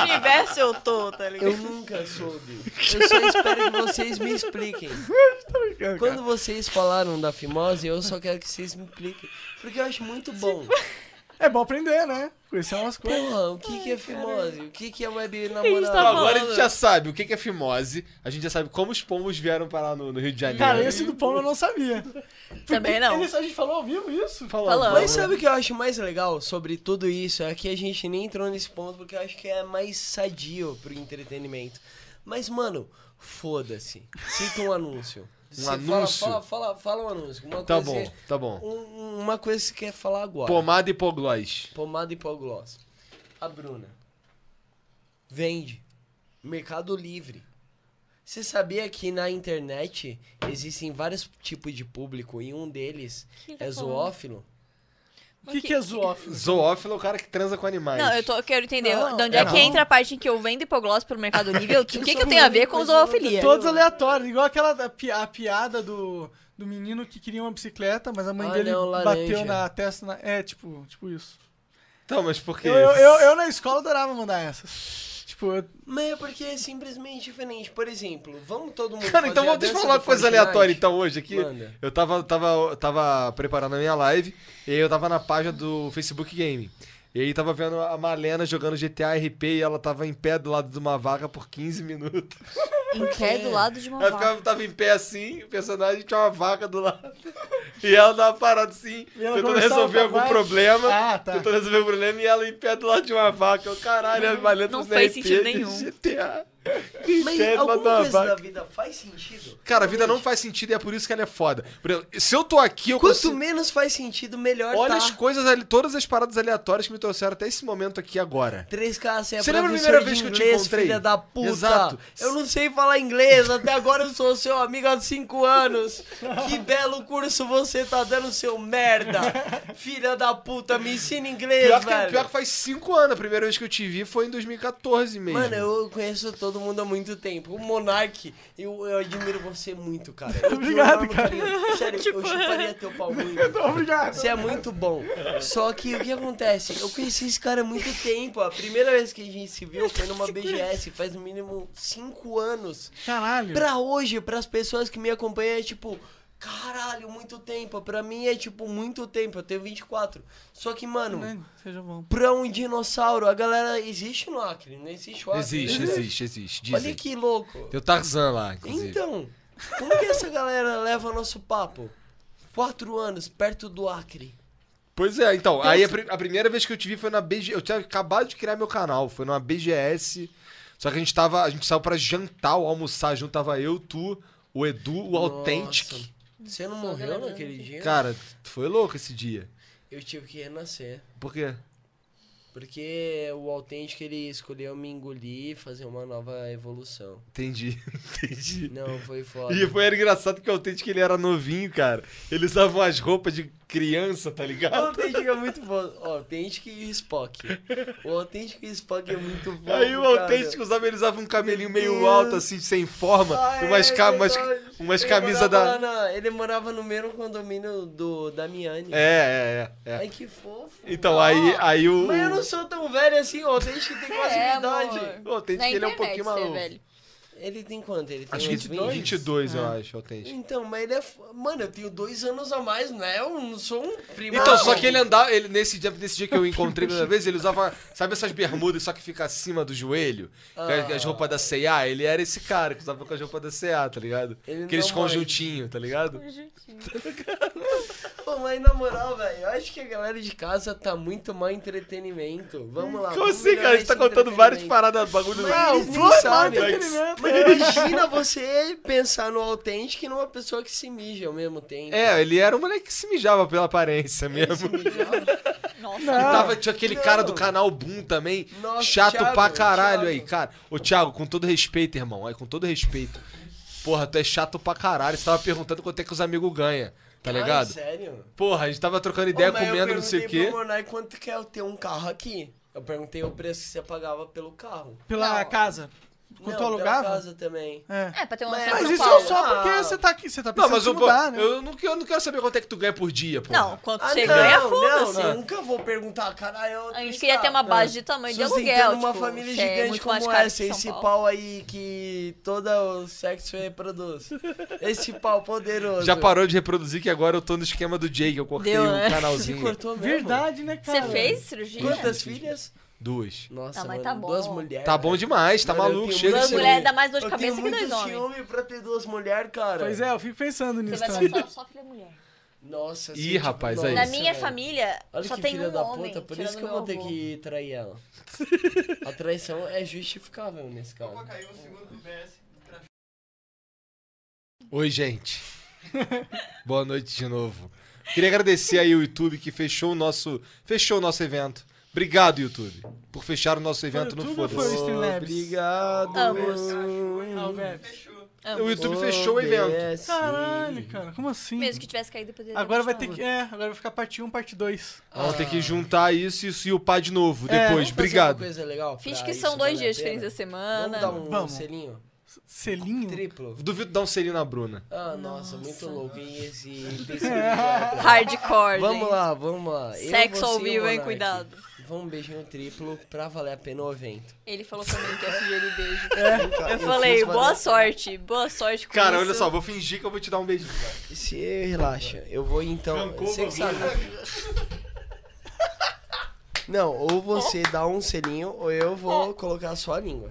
universo eu tô, tá ligado? Eu nunca soube. Eu só espero que vocês me expliquem. Quando vocês falaram da fimose, eu só quero que vocês me expliquem. Porque eu acho muito bom. É bom aprender, né? Conhecer umas coisas. Porra, o que, que é fimose? O que, que é web tá namorada? falando? Agora a gente já sabe o que que é fimose, a gente já sabe como os pombos vieram parar no, no Rio de Janeiro. Cara, esse do pão eu não sabia. Também não. Eles- a gente falou ao vivo isso? Falamos. Mas sabe o que eu acho mais legal sobre tudo isso? É que a gente nem entrou nesse ponto porque eu acho que é mais sadio pro entretenimento. Mas, mano, foda-se. Cita um anúncio. Você fala- anúncio? Fala, fala, fala um anúncio. Uma Tá coisa bom, que- tá bom. um- uma coisa que você quer falar agora. Pomada e hipoglós. Pomada e pó gloss. A Bruna. Vende. Mercado Livre. Você sabia que na internet existem vários tipos de público e um deles ele tá é falando? zoófilo? O que, que é zoófilo? Zoófilo é o cara que transa com animais. Não, eu, tô, eu quero entender Não, de onde é é que não. entra a parte em que eu vendo hipoglós pelo Mercado Livre. O que, Eu que, sou que eu tenho a ver maluco, com mas zoofilia? eu Todos aleatórios, igual aquela da pi- a piada do, do menino que queria uma bicicleta, mas a mãe Ah, dele não, laranja. bateu na testa. na- É, tipo, tipo isso. Então, mas por que Eu, eu, eu- eu na escola adorava mandar essas. Tipo, eu- Mas é porque é simplesmente diferente. Por exemplo, vamos todo mundo. Cara, então fazer a vamos deixa eu dança falar uma do coisa Fortnite? aleatória então hoje aqui. Manda. Eu tava, tava, tava preparando a minha live e aí eu tava na página do Facebook Game. E aí tava vendo a Malena jogando GTA RP e ela tava em pé do lado de uma vaca por 15 minutos. Em pé do lado de uma Ela vaca. ficava, tava em pé assim, o personagem tinha uma vaca do lado. E ela tava parada assim, E ela tentando conversava resolver com a algum vaca. problema. Ah, tá. Tentando resolver um problema e ela em pé do lado de uma vaca. Eu, caralho, a Malena Não fazendo fez RP sentido de nenhum. GTA. Em Mas pé do lado alguma de uma coisa vaca. da vida faz sentido? Cara, a vida não faz sentido e é por isso que ela é foda. Por exemplo, se eu tô aqui, eu Quanto consigo... menos faz sentido, melhor Olha tá. as coisas, ali, todas as paradas aleatórias que me trouxeram até esse momento aqui agora. 3K, você é Você Você lembra a lembra primeira de vez que eu te inglês, encontrei? filha da puta? Exato. Eu não sei falar inglês, até agora eu sou seu amigo há 5 anos. Que belo curso você tá dando, seu merda. Filha da puta, me ensina inglês, Pior que, velho. pior que faz cinco anos, a primeira vez que eu te vi foi em 2014 mesmo. Mano, eu conheço todo mundo há muito tempo. O Monark, eu, eu admiro você muito, cara. Eu te Obrigado, amo, cara. carinho. Sério, eu chuparia teu pau muito. Obrigado. Você é muito bom. Só que o que acontece? Eu conheci esse cara há muito tempo. A primeira vez que a gente se viu foi numa BGS, faz no mínimo 5 anos. Caralho. Pra hoje, pras pessoas que me acompanham, é tipo. Caralho, muito tempo. Pra mim é tipo muito tempo. Eu tenho 24. Só que, mano, né, Seja bom. pra um dinossauro, a galera existe no Acre, não existe o Acre. Existe, existe, existe. Olha Dizem. que louco. Tem um o Tarzan lá, inclusive. Então, como que essa galera leva nosso papo? Quatro anos, perto do Acre. Pois é, então, aí a, pri- a primeira vez que eu te vi foi na BGS. Eu tinha acabado de criar meu canal, foi numa BGS. Só que a gente tava. A gente saiu pra jantar ou almoçar junto, tava eu, tu, o Edu, o Authentic. Você não morreu naquele dia? Cara, foi louco esse dia. Eu tive que renascer. Por quê? Porque o autêntico ele escolheu me engolir e fazer uma nova evolução. Entendi, entendi. Não, foi foda. E foi era engraçado que o Autêntico ele era novinho, cara. Ele usava umas roupas de criança, tá O ligado? autêntico é muito bom. O autêntico e o Spock. O autêntico e o Spock é muito bom. Aí o cara. Autêntico usava, ele usava um cabelinho meio Deus. alto, assim, sem forma. Ah, é umas ca- umas, verdade. umas Ele camisas morava da. lá na- ele morava no mesmo condomínio do Damiani. É, é, é. é. Ai, que fofo. Então, Ó, aí, aí o. Mas eu não sou tão velho assim, ó. Desde que tem quase minha É, idade. amor. O Autêntico Na ele é um internet, pouquinho você é maluco. velho. Ele tem quanto? Ele tem Acho que uns 22, 20? eu acho, Autêntico. Então, mas ele é. f- Mano, eu tenho dois anos a mais, né? Eu não sou um primo. Então, só que ele andava, ele, nesse, dia, nesse dia que eu encontrei a primeira vez, ele usava, sabe essas bermudas só que fica acima do joelho? é As- Ah. As roupas da C&A, ele era esse cara que usava com as roupas da C&A, tá ligado? Ele Aqueles não morde. conjuntinhos, tá ligado? Pô, mas na moral, velho, eu acho que a galera de casa tá muito mal entretenimento. Vamos lá. Como vamos assim, cara? A melhorar gente tá esse contando várias entretenimento. paradas, bagulho. Mas Não, eles nem Flor é sabem. mais Mas imagina você pensar no autêntico e numa pessoa que se mija ao mesmo tempo. É, ele era um moleque que se mijava pela aparência Ele se mesmo. mijava. Nossa, E tava, tinha aquele cara Não. do canal Boom também, Nossa, chato Thiago, pra caralho Thiago. aí, cara. Ô, Thiago, com todo respeito, irmão, aí com todo respeito. Porra, tu é chato pra caralho. Você tava perguntando quanto é que os amigos ganham, tá Ai, ligado? sério? Porra, a gente tava trocando ideia, Ô, mas eu comendo, não sei o perguntei quê. pro Monark quanto que é eu ter um carro aqui. Eu perguntei o preço que você pagava pelo carro. Pela Não. casa. Quanto Não, eu pela alugava? casa também. É. É, pra ter uma Mas- noção de Mas São isso Paulo. é só porque Ah. você tá aqui. Você tá Não, pensando mas em eu, mudar, né? eu, não, eu não quero saber quanto é que tu ganha por dia, pô. Não, quanto Ah, você não, ganha, não, foda-se. não, nunca vou perguntar, caralho. A gente queria ter uma base de tamanho de aluguel. assim, uma tipo, família se é gigante muito mais como caro essa, que São esse Paulo. pau aí que todo o sexo reproduz. Esse pau poderoso. Já parou de reproduzir que agora eu tô no esquema do Jake, eu cortei Deu, um né? Se canalzinho. cortou mesmo. Verdade, né, cara? Você fez cirurgia? Quantas filhas? Duas. Nossa, mas mano, tá bom. duas mulheres. Tá bom demais, tá Mano, eu maluco, tenho chega Duas de muito ser. mulheres ciúme. dá mais dor de Eu cabeça tenho que dois muito homens. ciúme pra ter duas mulheres, cara. Pois é, eu fico pensando Você nisso tá vai também. ter só, só filha mulher. Nossa, Ih, tipo, rapaz, nossa, aí. Na Isso, minha velho. família, Olha só que tem filha um da homem. puta, por tirando isso que eu meu vou ter avô. que trair ela. A traição é justificável nesse caso. Oi, gente. Boa noite de novo. Queria agradecer aí o YouTube que fechou o nosso, fechou o nosso evento. Obrigado, YouTube, por fechar o nosso evento YouTube no ou foi o Foda-se. assim. Streamlabs? Obrigado. Ambos. O YouTube Hum, fechou o evento. OBS. Caralho, cara, como assim? Mesmo que tivesse caído, poderia Agora vai ter que. É, agora vai ficar parte 1, parte 2. Vamos ter que juntar isso, isso e o pá de novo É, depois. Vamos fazer uma Obrigado. coisa legal Finge pra que Ah, isso são dois valer a dias pena? diferentes da Vamos dar semana. um Vamos. selinho? Selinho? Triplo? Duvido dar um selinho na Bruna. Ah, nossa, muito louco. E esse... Hardcore, Vamos gente. lá, vamos lá. Eu, Sexo ao você e o vivo, hein? Monark. Cuidado. Vamos um beijinho triplo pra valer a pena o evento. Então, Ele falou pra mim que ia sugerir beijo. Nunca- Eu falei, fiz boa valer- sorte, boa sorte com Cara, isso. olha só, vou fingir que eu vou te dar um beijo. Se relaxa, eu vou então. Trancou Você o que sabe. Não, ou você dá um selinho, ou eu vou colocar a sua língua.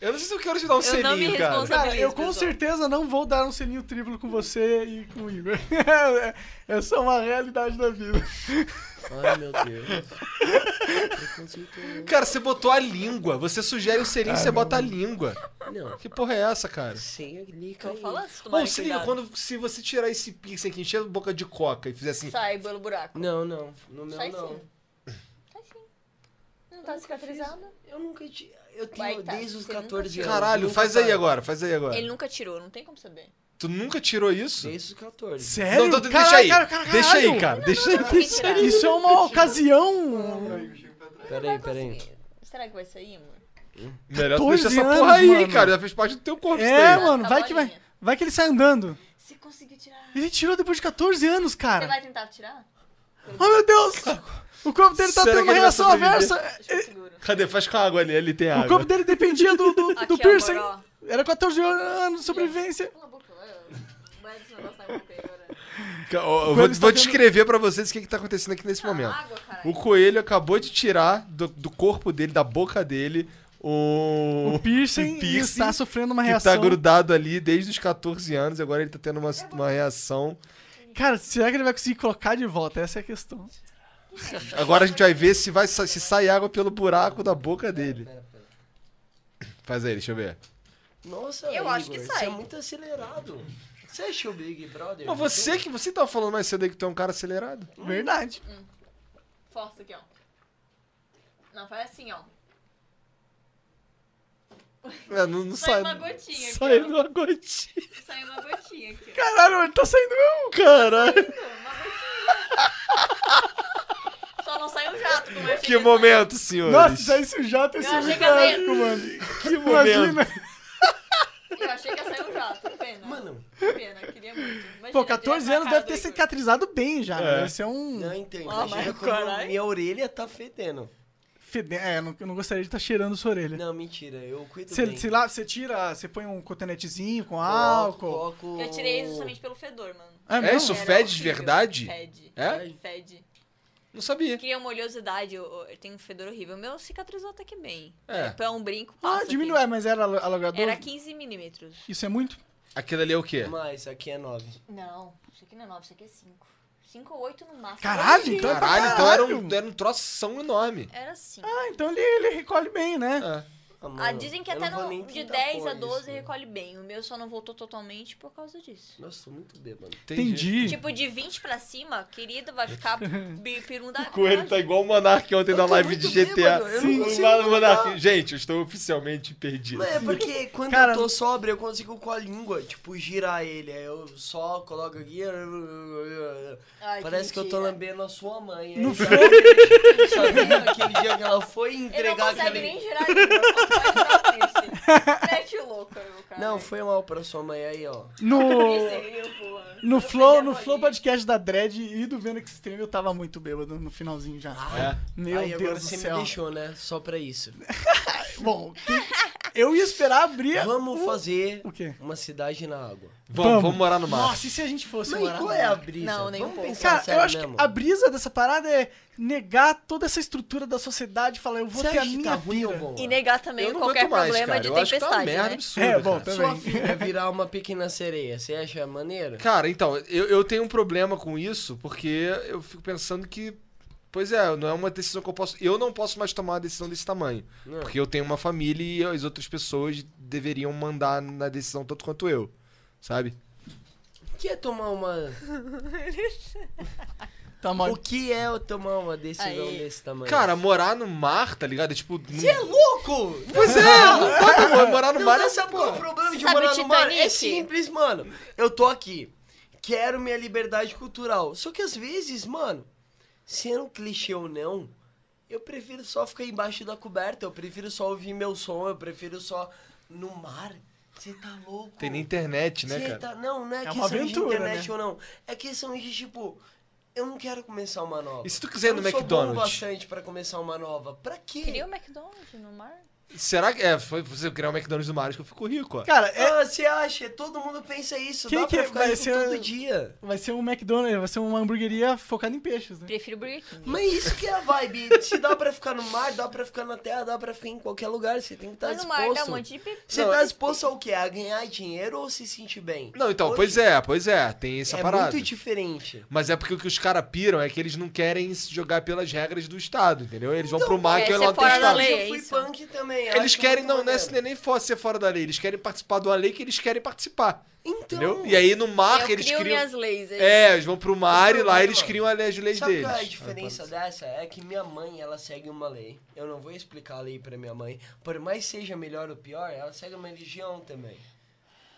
Eu não sei se eu quero te dar um Eu não me selinho, cara. responsabilizo. Cara, eu com pessoal. certeza não vou dar um selinho triplo com você e com o Igor. É- é só uma realidade da vida. Ai, meu Deus. Preconceituoso. Cara, você botou a língua. Você sugere o Ah, selinho, você bota a língua. Não, Que porra é essa, cara? sem ali, Eu falo assim, Ou tomarem se liga, cuidado. quando, se você tirar esse piercing aqui, encher a boca de coca e fizer assim, Sai pelo buraco. Não, não. No meu Sai não. sim. Sai sim. Não tá cicatrizada? Eu nunca te. Eu Vai, tenho tá, desde os você nunca 14 tirou. anos. caralho, nunca faz aí parei. agora, faz aí agora. Ele nunca tirou, não tem como saber. Tu nunca tirou isso? Desde os 14. Sério? Não, não, deixa Caralho, aí. cara, cara, deixa aí, caralho. cara. Deixa aí. Tem que tirar. Isso é uma ocasião. Peraí, peraí. assim? Será que vai sair, amor? Melhor tu 14 deixar essa porra anos, aí, mano. cara. Já fez parte do teu corpo isso É, daí. mano, Tá vai que vai. bolinha. Vai que ele sai andando. Você conseguiu tirar? Ele tirou depois de 14 anos, Você cara. vai tentar tirar? Oh, meu Deus! O corpo dele tá Será tendo que uma ele vai reação sobreviver? aversa. Acho que eu seguro. Cadê? Faz com a água ali, ali tem O corpo água. dele dependia do, é do, Aqui, do piercing. amor, ó. Era 14 anos de sobrevivência. Cala a boca, ó. Vai esse negócio na boca aí agora. tá- Eu, eu vou, Quando está vou tendo- descrever pra vocês o que, que tá acontecendo aqui nesse momento. Água, caralho. O coelho acabou de tirar do, do corpo dele, da boca dele, o, O piercing, o piercing está sofrendo uma que tá reação. grudado ali desde os 14 anos. Agora ele tá tendo uma, uma reação. Cara, será que ele vai conseguir colocar de volta? Essa é a questão. Agora a gente vai ver se, vai, sa- se sai água pelo buraco da boca dele. Faz aí, deixa eu ver. Nossa, Eu acho que Igor, sai. Você é muito acelerado. Você achou o Big Brother? Mas você que você tava falando mais cedo aí que tu é um cara acelerado. Verdade. Força aqui, ó. Não, faz assim, ó. É, não, não sai. Sai uma gotinha aqui. Saiu ó. uma gotinha. Sai uma gotinha aqui. ó. Caralho, ele tá saindo mesmo. Caralho. Uma gotinha. Só não sai um jato, como eu achei Que ia momento, senhores. Nossa, isso aí sujata esse Eu achei muito que ela ia- épico, mano. que Imagina. momento. sair. Eu achei que ia sair um jato. Pena. Mano. Pena, queria muito. Imagina, Pô, 14 direto anos na deve cara ter do Igor. cicatrizado bem já. É. Deve ser um. Não entendo. Ah, Imagina mas como caralho. minha orelha tá fedendo. Fede... É, eu não, eu não gostaria de estar cheirando sua orelha. Não, mentira, eu cuido Você, bem. sei lá, você tira, você põe um cotonetezinho com Coloco, álcool. coloco- Eu tirei justamente pelo fedor, mano. Ah, É isso, Era fede de horrível. verdade? Fede. É? Fede. Não sabia. Cria uma oleosidade, eu, eu- eu tenho um fedor horrível. O meu cicatrizou até que bem. É. Tipo, é um brinco, passa Ah, aqui. diminui, é, mas era alo- alugador. Era 15 milímetros. Isso é muito? Aquilo ali é o quê? Mas aqui é 9. Não, isso aqui não é 9, isso aqui é 5. 5 ou 8 no máximo. Caralho, então é pra Caralho, então era um, caralho. era um troção enorme. Era 5. Ah, então ele, ele recolhe bem, né? É. Ah, mano, Ah, dizem que eu até não vou no- nem de tentar 10 a pôr 12 isso, né? recolhe bem. O meu só não voltou totalmente por causa disso. Nossa, tô muito bêbado. Entendi. Tipo, de 20 pra cima, querido, vai ficar bi- pirunda. O Coelho tá igual o Monark ontem na tô live muito de bêbado, GTA. eu não O consigo Monark- lembrar. Monark, gente, eu estou oficialmente perdido. Não, é porque quando Cara- eu tô sóbrio, eu consigo com a língua, tipo, girar ele. Aí eu só coloco aqui. Ai, que Parece que eu tô mentira. lambendo a sua mãe. Aí já- só que naquele né? dia que ela foi Ele não entregar consegue aquele. nem girar a língua, só pode dar piercing. Mete o louco, meu cara. Não, foi mal pra sua mãe aí, ó. No, Tipo, Isso aí, eu vou- no, eu flow, perdi a no flow bolinha. podcast da Dread e do Vendo Extreme, eu tava muito bêbado no finalzinho já. Meu Ah, é? aí agora Deus do você céu. me deixou, né? Só pra isso. Bom, que- eu ia esperar abrir. Vamos fazer O quê? uma cidade na água. Vamos, vamos morar no mar. Nossa, e se a gente fosse Não, morar e qual no é a mar? brisa? Não, nem um Vamos pouco. pensar Cara, sério eu acho mesmo. que a brisa dessa parada é negar toda essa estrutura da sociedade e falar, eu vou Você ter a acha que minha tá ruim ou pira. bom? E negar também Eu não qualquer aguento mais, problema cara. de eu acho que tá uma tempestade, merda né? absurda, É, bom, cara. também. Sua filha virar uma pequena sereia, você acha maneiro? Cara, então, eu, eu tenho um problema com isso, porque eu fico pensando que. Pois é, não é uma decisão que eu posso. Eu não posso mais tomar uma decisão desse tamanho. Não. Porque eu tenho uma família e as outras pessoas deveriam mandar na decisão tanto quanto eu. Sabe? O que é tomar uma. Tá mal. O que é eu tomar uma decisão Aí. desse tamanho? Cara, morar no mar, tá ligado? É tipo. você é Não... louco! Pois é, não dá pra mo- morar no Não, mar. mas é sabe qual é o problema de Sabe morar no mar? É Titanic? simples, mano. Eu tô aqui. Quero minha liberdade cultural. Só que às vezes, mano, sendo clichê ou não, eu prefiro só ficar embaixo da coberta. Eu prefiro só ouvir meu som. Eu prefiro só no mar. Você tá louco? Tem nem internet, né, Cê cara? tá- Não, não É é, uma questão aventura, de internet né? ou não. É questão de, tipo, eu não quero começar uma nova. E se tu quiser ir Eu no não sou McDonald's? bom bastante pra começar uma nova. Pra quê? Queria o McDonald's no mar? Será que. É, foi você criar um McDonald's no mar, acho que eu fico rico, ó. Cara, é- Ah, você acha? Todo mundo pensa isso. Quem Dá que pra ficar vai isso ser- todo dia. vai ser um McDonald's, vai ser uma hamburgueria focada em peixes, né? Prefiro Burger King. Mas isso que é a vibe. Se dá pra ficar no mar, dá pra ficar na terra, dá pra ficar em qualquer lugar. Você tem que estar Mas no disposto. mar dá um monte de pipi. Tá Você Não, tá eu- disposto ao quê? A ganhar dinheiro ou se sentir bem? Não, então, Hoje pois é, pois é, tem essa É parada. muito diferente. Mas é porque o que os caras piram é que eles não querem se jogar pelas regras do Estado, entendeu? Eles vão pro mar quer que é ser lá do fora da Estado. lei, eu é fui isso? punk também. Eles acho querem, muito não, não é maneiro. nem nem for ser fora da lei, eles querem participar de uma lei que eles querem participar. Então, Entendeu? E aí no mar Eu eles crio criam. minhas leis. É, eles vão pro mar Eu e lá também, eles mano. criam as leis deles. Sabe qual é a deles. diferença dessa? É que minha mãe, ela segue uma lei. Eu não vou explicar a lei pra minha mãe. Por mais seja melhor ou pior, ela segue uma religião também.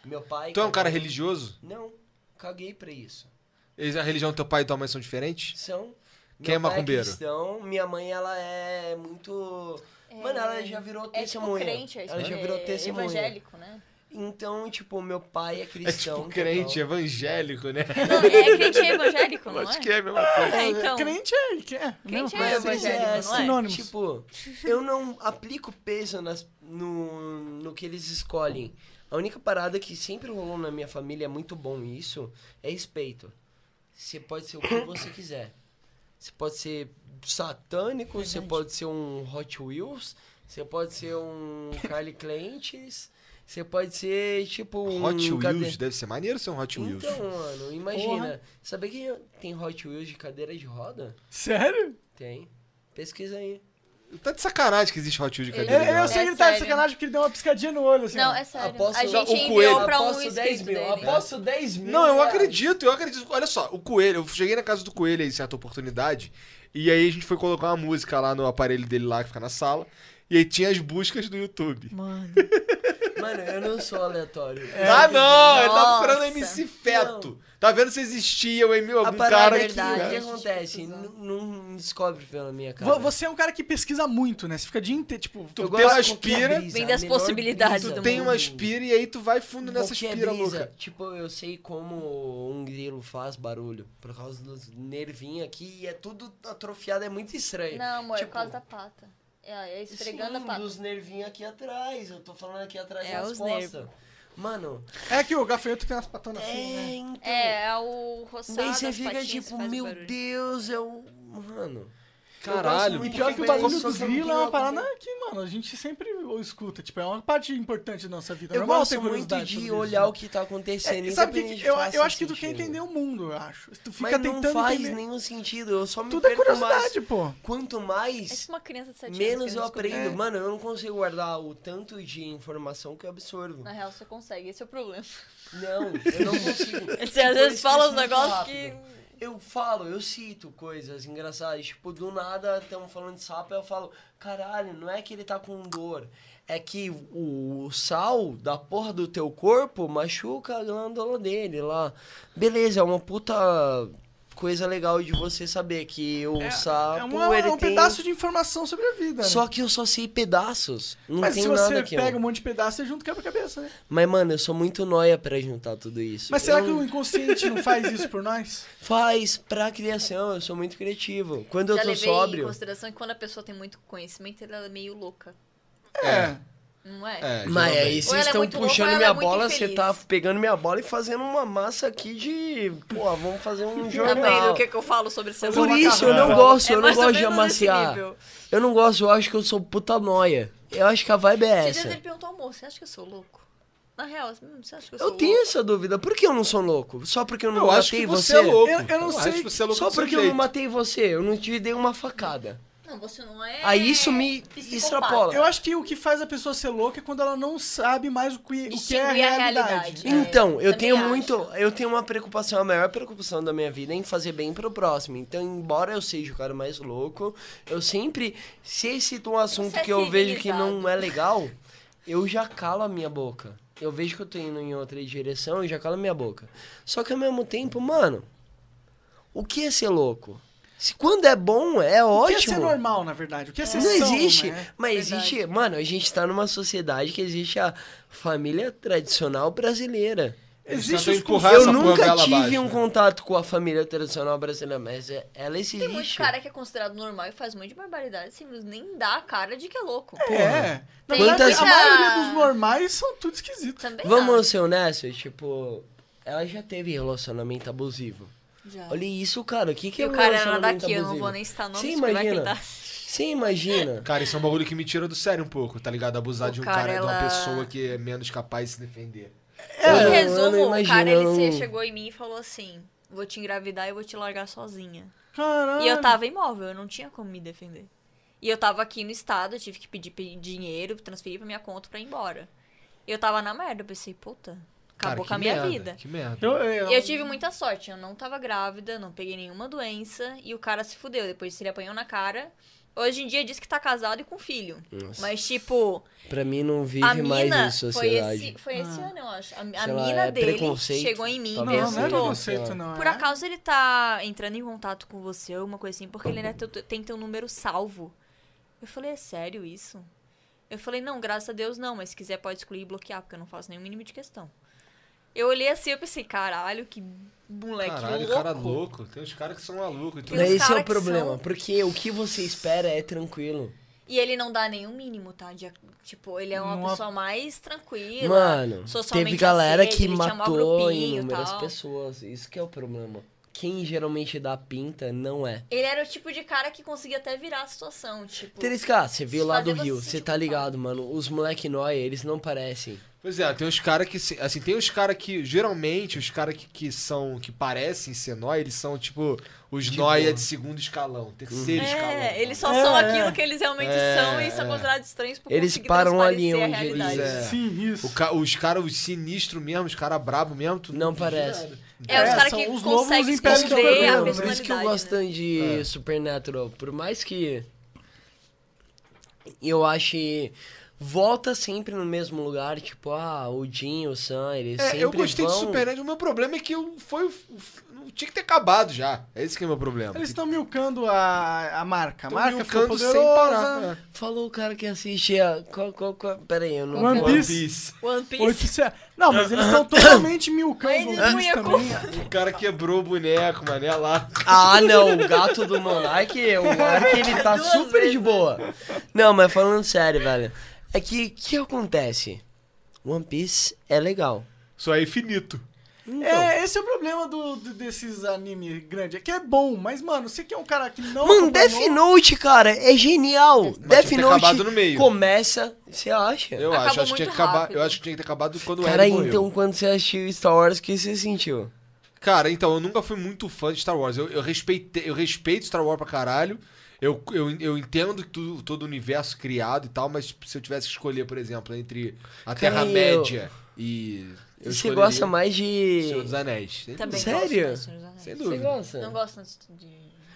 Meu pai... Tu é um cara caguei- religioso? Não, caguei pra isso. Eles- A religião do teu pai e tua mãe são diferentes? São... Quem é meu pai macumbeiro? cristão, minha mãe, ela é muito... Mano, ela já virou É tipo testemunha. crente, é ela já tipo, virou é testemunha. evangélico, né? Então, tipo, meu pai é É cristão. tipo crente, total. evangélico, né? Não, é crente evangélico, não Acho é? que é a mesma coisa. É, então. Crente é, que é. Crente mesma é coisa. mas evangélico, é não é? sinônimos. Tipo, eu não aplico peso nas, no, no que eles escolhem. A única parada que sempre rolou na minha família, é muito bom isso, é respeito. Você pode ser o que você quiser. Você pode ser satânico, você pode ser um Hot Wheels, você pode ser um Carly Clentes, você pode ser tipo um... Hot Wheels, cade- deve ser maneiro ser um Hot Wheels. Então, mano, imagina. Saber que tem Hot Wheels de cadeira de roda? Sério? Tem. Pesquisa aí. Tá de sacanagem que existe Hot Wheels de Ele- cadeira. né? Eu, de eu roda. sei É que ele tá de sério. sacanagem porque ele deu uma piscadinha no olho, assim. Não, ó. é sério. Aposto- a gente o enviou Coelho- pra um aposto 10 inscrito mil, dele. aposto 10 mil. Não, eu reais. acredito, eu acredito. Olha só, o Coelho, eu cheguei na casa do Coelho aí, certa oportunidade, e aí a gente foi colocar uma música lá no aparelho dele lá, que fica na sala, e aí tinha as buscas do YouTube. Mano, eu não sou aleatório. ah, não! Ele tava Nossa. procurando MC Feto. Tá vendo se existia o M, A algum cara parada é que... que o que verdade. acontece? Não, não descobre pela minha cara. Vo- Você é um cara que pesquisa muito, né? Você fica o dia inteiro, tipo... Tu Eu tem gosto uma de qualquer aspira, brisa, Vem a das menor possibilidades brisa. tu do tem uma mundo. aspira e aí tu vai fundo nessa Qualquer aspira brisa. louca. Tipo, eu sei como um grilo faz barulho. Por causa dos nervinhos aqui. E é tudo atrofiado, é muito estranho. Não, amor, é Tipo, por causa da pata. É, é esfregando sim, a pata. dos nervinhos aqui atrás. Eu tô falando aqui atrás É, das os costas. nervos. Mano, É que o gafanhoto tem umas patonas é, assim, né? então. É, é o roçado. Daí você as fica patinhas que tipo, faz o meu barulho. Deus, eu. Mano. Caralho. E pior que o Porque barulho isso dos você não grilos é queria uma parada acompanhar. que, mano, a gente sempre ou escuta. Tipo, é uma parte importante da nossa vida. Eu Normal ter gosto muito curiosidade de sobre isso, olhar né? o que tá acontecendo. É, sabe o que independente que de eu, faça eu acho que tu quer sentido. entender o mundo, eu acho. Tu fica Mas tentando não faz entender. nenhum sentido. Eu só me Tudo é perco curiosidade, mais. pô. É. Quanto É mais, tipo uma criança de 7 anos. menos eu querendo descobrir. aprendo. Mano, eu não consigo guardar o tanto de informação que eu absorvo. Na real, você consegue, esse é o problema. Não, eu não consigo. Você Eu às vezes fala esqueço uns muito negócios que. rápido. Eu falo, eu cito coisas engraçadas. Tipo, do nada estamos falando de sapo, eu falo, caralho, não é que ele tá com dor. É que o sal da porra do teu corpo machuca a glândula dele lá. Beleza, é uma puta coisa legal de você saber que o sapo. É uma- ele é um tem... pedaço de informação sobre a vida. né? Só que eu só sei pedaços. Não Mas tem se nada você aqui. pega um monte de pedaço, você junta e quebra-cabeça, né? Mas, mano, eu sou muito noia pra juntar tudo isso. Mas será Eu- que o inconsciente não faz isso por nós? Faz pra criação, eu sou muito criativo. Quando Já eu tô levei em sóbrio. consideração que quando a pessoa tem muito conhecimento, ela é meio louca. É. Não é? É, Mas aí Ou ela vocês é estão muito louca, ou puxando ela minha é muito bola, você infeliz. tá pegando minha bola e fazendo uma massa aqui de. Pô, vamos fazer um Tá vendo jornal. o que, que eu falo sobre ser Por um isso eu macarrão? não gosto, É eu não mais ou gosto de menos nesse amaciar. nível. Eu não gosto, eu acho que eu sou puta noia. Eu acho que a vibe é Esses dias essa. ele perguntou, amor, você acha que eu sou louco? Na real, hum, você acha que eu sou Eu louco? tenho essa dúvida. Por que eu não sou louco? Só porque eu não Eu acho matei que você, é louco. Eu- eu não sei- acho que você é louco Só do seu porque eu não jeito. matei você, eu não te dei uma facada. Não, você não é. Aí isso me psicopata. extrapola. Eu acho que o que faz a pessoa ser louca é quando ela não sabe mais o que, o que é a Distinguir a realidade. realidade. Então, É, eu também tenho acho. muito. Eu tenho uma preocupação, a maior preocupação da minha vida é em fazer bem pro próximo. Então, embora eu seja o cara mais louco, eu sempre. Se excita um assunto Você é que eu vejo que não civilizado. é legal, eu já calo a minha boca. Eu vejo que eu tô indo em outra direção, eu já calo a minha boca. Só que ao mesmo tempo, mano, o que é ser louco? Se quando é bom, é O que ótimo. é ser normal, na verdade? O que é ser Não são, existe. né? Mas Verdade. existe. Mano, a gente tá numa sociedade que existe a família tradicional brasileira. Existe tentam os empurrar conceitos- Eu essa porra nunca goela tive abaixo, um né? contato com a família tradicional brasileira, mas é- ela existe. Tem muito cara que é considerado normal e faz um monte de barbaridade assim, mas nem dá a cara de que é louco. É. Na Tem verdade, muita- a maioria dos normais são tudo esquisito. Também Vamos ser honestos, tipo, ela já teve relacionamento abusivo. não. Já. Olha isso, cara. O que, que E é o um cara era relacionamento daqui, eu não abusivo? vou nem citar nomes, Você porque vai imagina. tentar. Você imagina. Cara, isso é um bagulho que me tira do sério um pouco, tá ligado? Abusar O de um cara, cara, de uma ela- pessoa que é menos capaz de se defender. Eu em não- eu resumo, não o imagino, cara eu ele se- não- chegou em mim e falou assim: Vou te engravidar e vou te largar sozinha. Caralho. Ah. E eu tava imóvel, eu não tinha como me defender. E eu tava aqui no estado, eu tive que pedir, pe- dinheiro, transferir pra minha conta pra ir embora. E eu tava na merda, eu pensei, puta, Cara, acabou que com a minha merda, vida. Que merda. Eu, eu- Então. E eu tive muita sorte, eu não tava grávida, não peguei nenhuma doença e o cara se fudeu. Depois se ele apanhou na cara. Hoje em dia diz que tá casado e com filho. Mas, tipo, Pra mim não vive a mais mina. em Foi sociedade. esse, foi esse ano, eu acho. A, a Sei lá, mina é dele preconceito, chegou em mim e Não, talvez. não é perguntou: preconceito, não. Por é. acaso ele tá entrando em contato com você, alguma coisa assim, porque ele ainda teu- tem teu número salvo. Eu falei: É sério isso? Eu falei: Não, graças a Deus não, mas se quiser pode excluir e bloquear, porque eu não faço nenhum mínimo de questão. Eu olhei assim, eu pensei: Caralho, que moleque Caralho, louco. cara louco. Tem uns caras que são malucos. Então... E os Esse é cara o que problema, são- porque o que você espera é tranquilo. E ele não dá nenhum mínimo, tá? De- tipo, ele é uma Nossa. pessoa mais tranquila. Mano, socialmente teve galera aceita, que ele tinha mó matou grupinho e inúmeras tal. pessoas. Isso que é o problema. Quem geralmente dá pinta não é. Ele era o tipo de cara que conseguia até virar a situação, tipo... 3K, você viu Se lá do fazer Rio, você você se tá culpar. ligado, mano. Os moleque nóia, eles não parecem. Pois é, tem uns caras que. se- Assim, tem uns caras que. Geralmente, os caras que, que são. que parecem ser nóia, eles são tipo. Os nóia de segundo escalão, terceiro Uhum. escalão. tá É, eles só É, são é. aquilo que eles realmente É, são e são é. considerados estranhos por Eles conseguir param ali transparecer a onde eles- realidade. É. Sim, isso. O ca- Os caras, os sinistros mesmo, os caras brabos mesmo, tu Não diz parece. nada. É, os É, caras são que os novos conseguem impérios Isso que é o esconder a problema, personalidade. Por isso que eu gosto né? tanto de Supernatural. Por mais que eu ache... Volta sempre no mesmo lugar, tipo, ah, o Jim, o Sam, eles É, sempre eu gostei vão... de Supernatural. O meu problema é que eu foi. o- o- Não tinha que ter acabado já. É esse que é o meu problema. Eles estão milcando a, a marca. A Tão marca ficou milcando sem poderosa. parar. né? Falou o cara que assiste a... Qual, qual, qual... Pera aí, eu não... One One Piece. Piece. One Piece. Oficial. Não, mas eles estão totalmente milcando. Mas One não Piece ia também. O cara quebrou o boneco, mané, lá. Ah, não, o gato do Monark, o Monark, ele tá Duas super de vezes. boa. Não, mas falando sério, velho, é que o que acontece? One Piece é legal. Então, Isso aí é infinito. É, esse é o problema do, do- desses anime grande. É que é bom, mas, mano, você que é um cara que não. Mano, acompanhou- Death Note, cara, é genial. Death tinha que ter Note acabado no meio. começa, você acha? Eu Acabou acho, acho que tinha que muito acabar, rápido. eu acho que tinha que ter acabado quando o Cara, Eren morreu. então quando você assistiu Star Wars, o que você sentiu? Cara, então, eu nunca fui muito fã de Star Wars. Eu, eu, respeitei, eu respeito Star Wars pra caralho. Eu, eu, eu entendo que tudo, todo o universo criado e tal, mas tipo, se eu tivesse que escolher, por exemplo, entre a Cara, eu- Terra-média e. Eu você escolheria gosta mais de. Senhor dos Anéis. sem Também dúvida. Sério? gosto, né, Senhor dos Anéis. Sem Você dúvida. gosta? Não gosto tanto de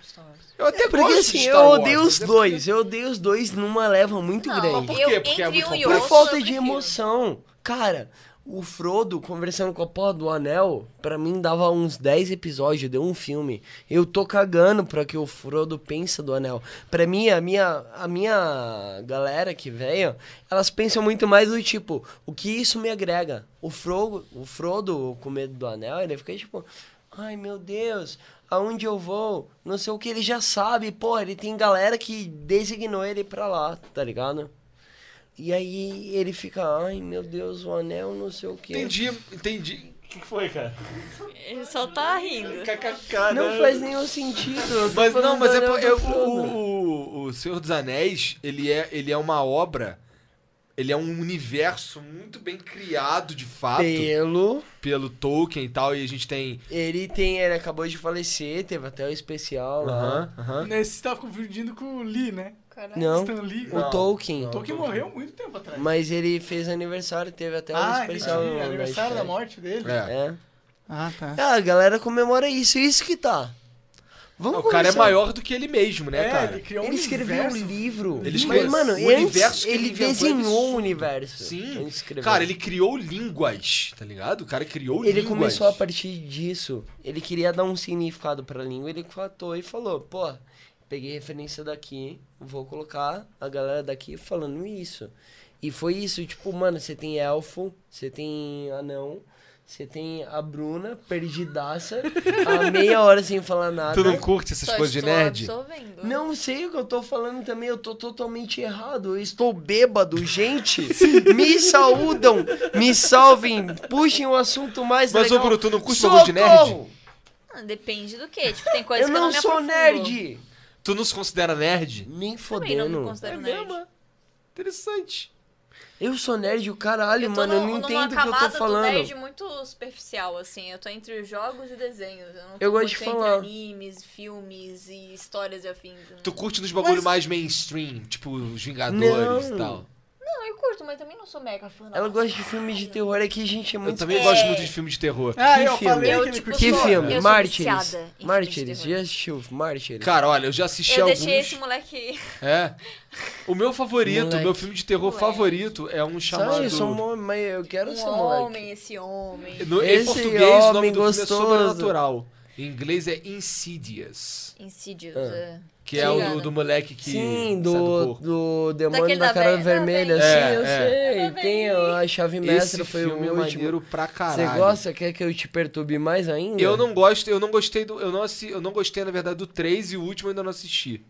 Star Wars. Eu até É porque gosto de assim, Star eu Wars, odeio os mas é dois. Eu odeio os dois numa leva muito Não, grande. por eu, quê? Porque é entre muito um e famoso. Por outro, eu falta de prefiro. emoção. Cara, o Frodo conversando com a porra do anel, pra mim dava uns 10 episódios, deu um filme. Eu tô cagando pra que o Frodo pensa do anel. Pra mim, a minha, a minha galera que veio, elas pensam muito mais do tipo, o que isso me agrega? O Frodo, o Frodo com medo do anel, ele fica tipo, ai meu Deus, aonde eu vou? Não sei o que, ele já sabe, pô, ele tem galera que designou ele pra lá, tá ligado? E aí ele fica, ai meu Deus, o anel, não sei o quê. Entendi, entendi. O que foi, cara? Ele só tá rindo. KKK, né? Não faz nenhum sentido. eu tô Mas não, falando mas do é anel porque do eu- Frodo. o, o, o Senhor dos Anéis, ele é, ele é uma obra, ele é um universo muito bem criado, de fato, Pelo, pelo Tolkien e tal, e a gente tem... ele tem, ele acabou de falecer, teve até o especial lá. Aham, aham. Nesse né, você tava confundindo com o Lee, né? Caralho. Não, Stan Lee. o Tolkien. O Tolkien morreu muito tempo atrás. Mas ele fez aniversário, teve até um ah, entendi. especial. no- na Aniversário da Sky. morte dele. É. É. Ah, tá. Ah, a galera comemora isso, isso que tá. Vamos O cara é começar. maior do que ele mesmo, né, É, cara? ele criou um Ele escreveu um universo. livro. Ele Mas, escreveu- mano, o antes, universo que ele, ele inventou é desenhou o absurdo. universo. Sim. Ele escreveu. Cara, ele criou línguas, tá ligado? O cara criou Ele línguas. começou a partir disso. Ele queria dar um significado pra língua, ele fatou e falou: pô, peguei referência daqui, vou colocar a galera daqui falando isso. E foi isso, tipo, mano, você tem elfo, você tem anão, você tem a Bruna, perdidaça, a meia hora sem falar nada. Tu não curte essas Só coisas de estou nerd? absorvendo. Não sei o que eu tô falando também, eu tô totalmente errado. Eu estou bêbado, gente. me saúdam, me salvem, puxem o assunto mais Mas, ô, legal. Bruno, tu não curte Socorro! bagulho de nerd? Ah, Depende do que. Tipo, tem coisas Eu que eu não me sou aprofundo. nerd. Tu não se considera nerd? Nem Também não me fodendo. É considero nerd. Interessante. Eu sou nerd o caralho, Eu tô mano. no, eu não numa entendo o que eu camada tô do falando. nerd muito superficial, assim. Eu tô entre os jogos e desenhos. Eu, não tô Eu gosto de muito entre falar. animes, filmes e histórias e afins. né? Tu curte nos bagulho mais mainstream, tipo os Vingadores Não. e tal. Não, eu curto, mas também não sou mega fã. Ela nossa. gosta de filmes de terror aqui, gente, é Eu muito também É. gosto muito de filme de terror. Ah, eu filme? É falei Eu, que ele tipo, curtiu. Que Eu sou- eu filme? sou Mártires. viciada em filmes Mártires. de terror. Já assistiu Mártires? Cara, olha, eu já assisti Eu alguns. deixei esse moleque. É. O meu favorito, o Moleque. meu filme de terror Moleque. favorito é um Sabe, chamado. eu sou um homem, mas eu quero ser Um moleque. homem, esse homem. No- em Esse português, o nome homem do gostoso. filme é Sobrenatural. Em inglês é Insidious. Insidious. Ah. é. Que é o do, Obrigada. do moleque que. Sim, sai do, corpo. do demônio Daquele da da cara ve- da vermelha, velhinha. assim, É, eu é. sei. Da Tem velhinha. a chave mestra, Esse foi o filme é último. maneiro pra Você caralho. gosta? Quer que eu te perturbe mais ainda? É. Eu não gosto, eu não gostei do. Eu não, assi- eu não gostei, na verdade, do 3 e o último eu ainda não assisti.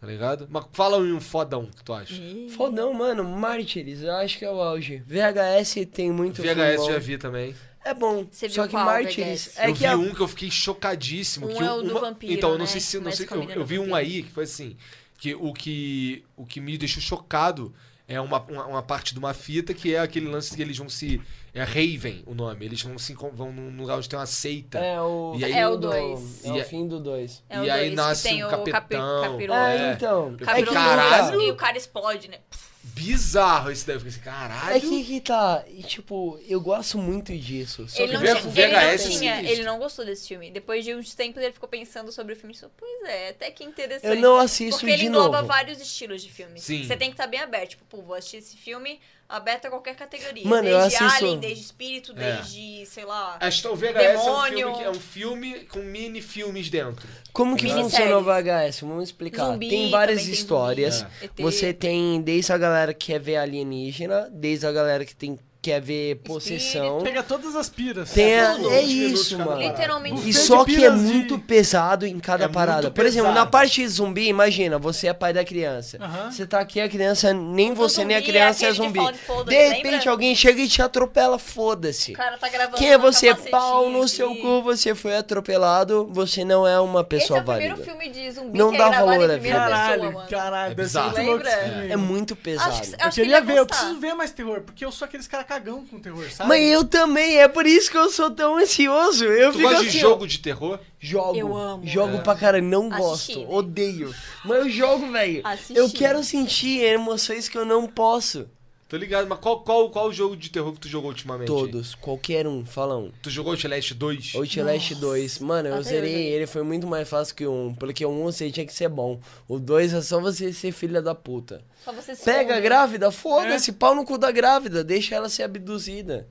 Tá ligado? Mas fala um fodão que tu acha. Fodão, mano. Mártires, eu acho que é o auge. VHS tem muito filme VHS bom. já vi também. É bom. Você só viu que qual Mártires VHS? é eu que vi a- um que eu fiquei chocadíssimo. Um que é o do vampiro, Então, eu não né? sei se. Que Não começa sei, com a eu, menina eu vi um vampiro. aí que foi assim. Que o que, o que me deixou chocado é uma, uma, uma parte de uma fita que é aquele lance que eles vão se. É Raven o nome. Eles vão se encon- vão num lugar onde tem uma seita. É o. E aí- É o do- dois. É o E- fim do 2. É o e aí dois, que nasce tem um o capi- capitão. capiroto. É, É. então. Eu É que falei, Capiroto caralho. E assim, o cara explode, né? Bizarro esse daí. Eu fiquei assim, caralho. É que que tá. E, tipo, eu gosto muito disso. Só Ele que não, vê- tinha, vê ele não VHS assim, tinha- existe. ele não gostou desse filme. Depois de uns tempos ele ficou pensando sobre o filme e falou, pois é, até que interessante. Eu não assisto Porque ele de engloba novo. vários estilos de filme. Sim. Você tem que estar bem aberto. Tipo, pô, vou assistir esse filme aberto a qualquer categoria. Mano, eu desde assisto- Alien, desde Espírito, É. desde, sei lá... Acho que o VHS É, Demônio. um filme que- é um filme com mini filmes dentro. Como que Minisséries. funciona o VHS? Vamos explicar. Zumbi, tem várias também tem histórias. zumbi, É. ET. Você tem desde a galera que quer ver alienígena, desde a galera que tem quer ver possessão. Pega todas as piras. Tem a- Tudo, é 20 minutos isso, cada mano. parada. Literalmente. E Buffet só de que é piras de- muito pesado em cada É muito parada. Por exemplo, na pesado. parte de zumbi, imagina, você é pai da criança. Aham. Você tá aqui, a criança, nem você nem a zumbi é criança é aquele que zumbi. fala de foda-se, De repente lembra? alguém chega e te atropela, foda-se. O cara tá gravando. Quem é com você? capacetinho Pau no aqui. seu cu, você foi atropelado, você não é uma Esse pessoa é o primeiro válida. filme de zumbi Não que dá é gravado valor à em primeira vida. Caralho, pessoa, mano. caralho. É deve ser bizarro. muito louco esse Lembra? filme. É muito pesado. Acho que, Eu acho que ele é queria ia ver, eu gostar. preciso ver mais terror, porque eu sou aqueles cara cagão com terror, sabe? Mas eu também, é por isso que eu sou tão ansioso. Eu Tu fico gosta assim, de ó, jogo de terror? Jogo. Eu amo. É. Jogo pra cara, não Assistir, gosto. né? Odeio. Mas eu jogo, velho. Assistir. Eu quero sentir emoções que eu não posso. Tô ligado, mas qual, qual, qual jogo de terror que tu jogou ultimamente? hein? Todos, qualquer um, fala um. Tu jogou Outlast 2? Outlast 2. Mano, eu Até eu zerei, joguei. ele foi muito mais fácil que o 1. Porque o 1 você tinha que ser bom. O 2 é só você ser filha da puta. Só um. você se Pega a esconder. grávida, É. foda-se, pau no cu da grávida, deixa ela ser abduzida.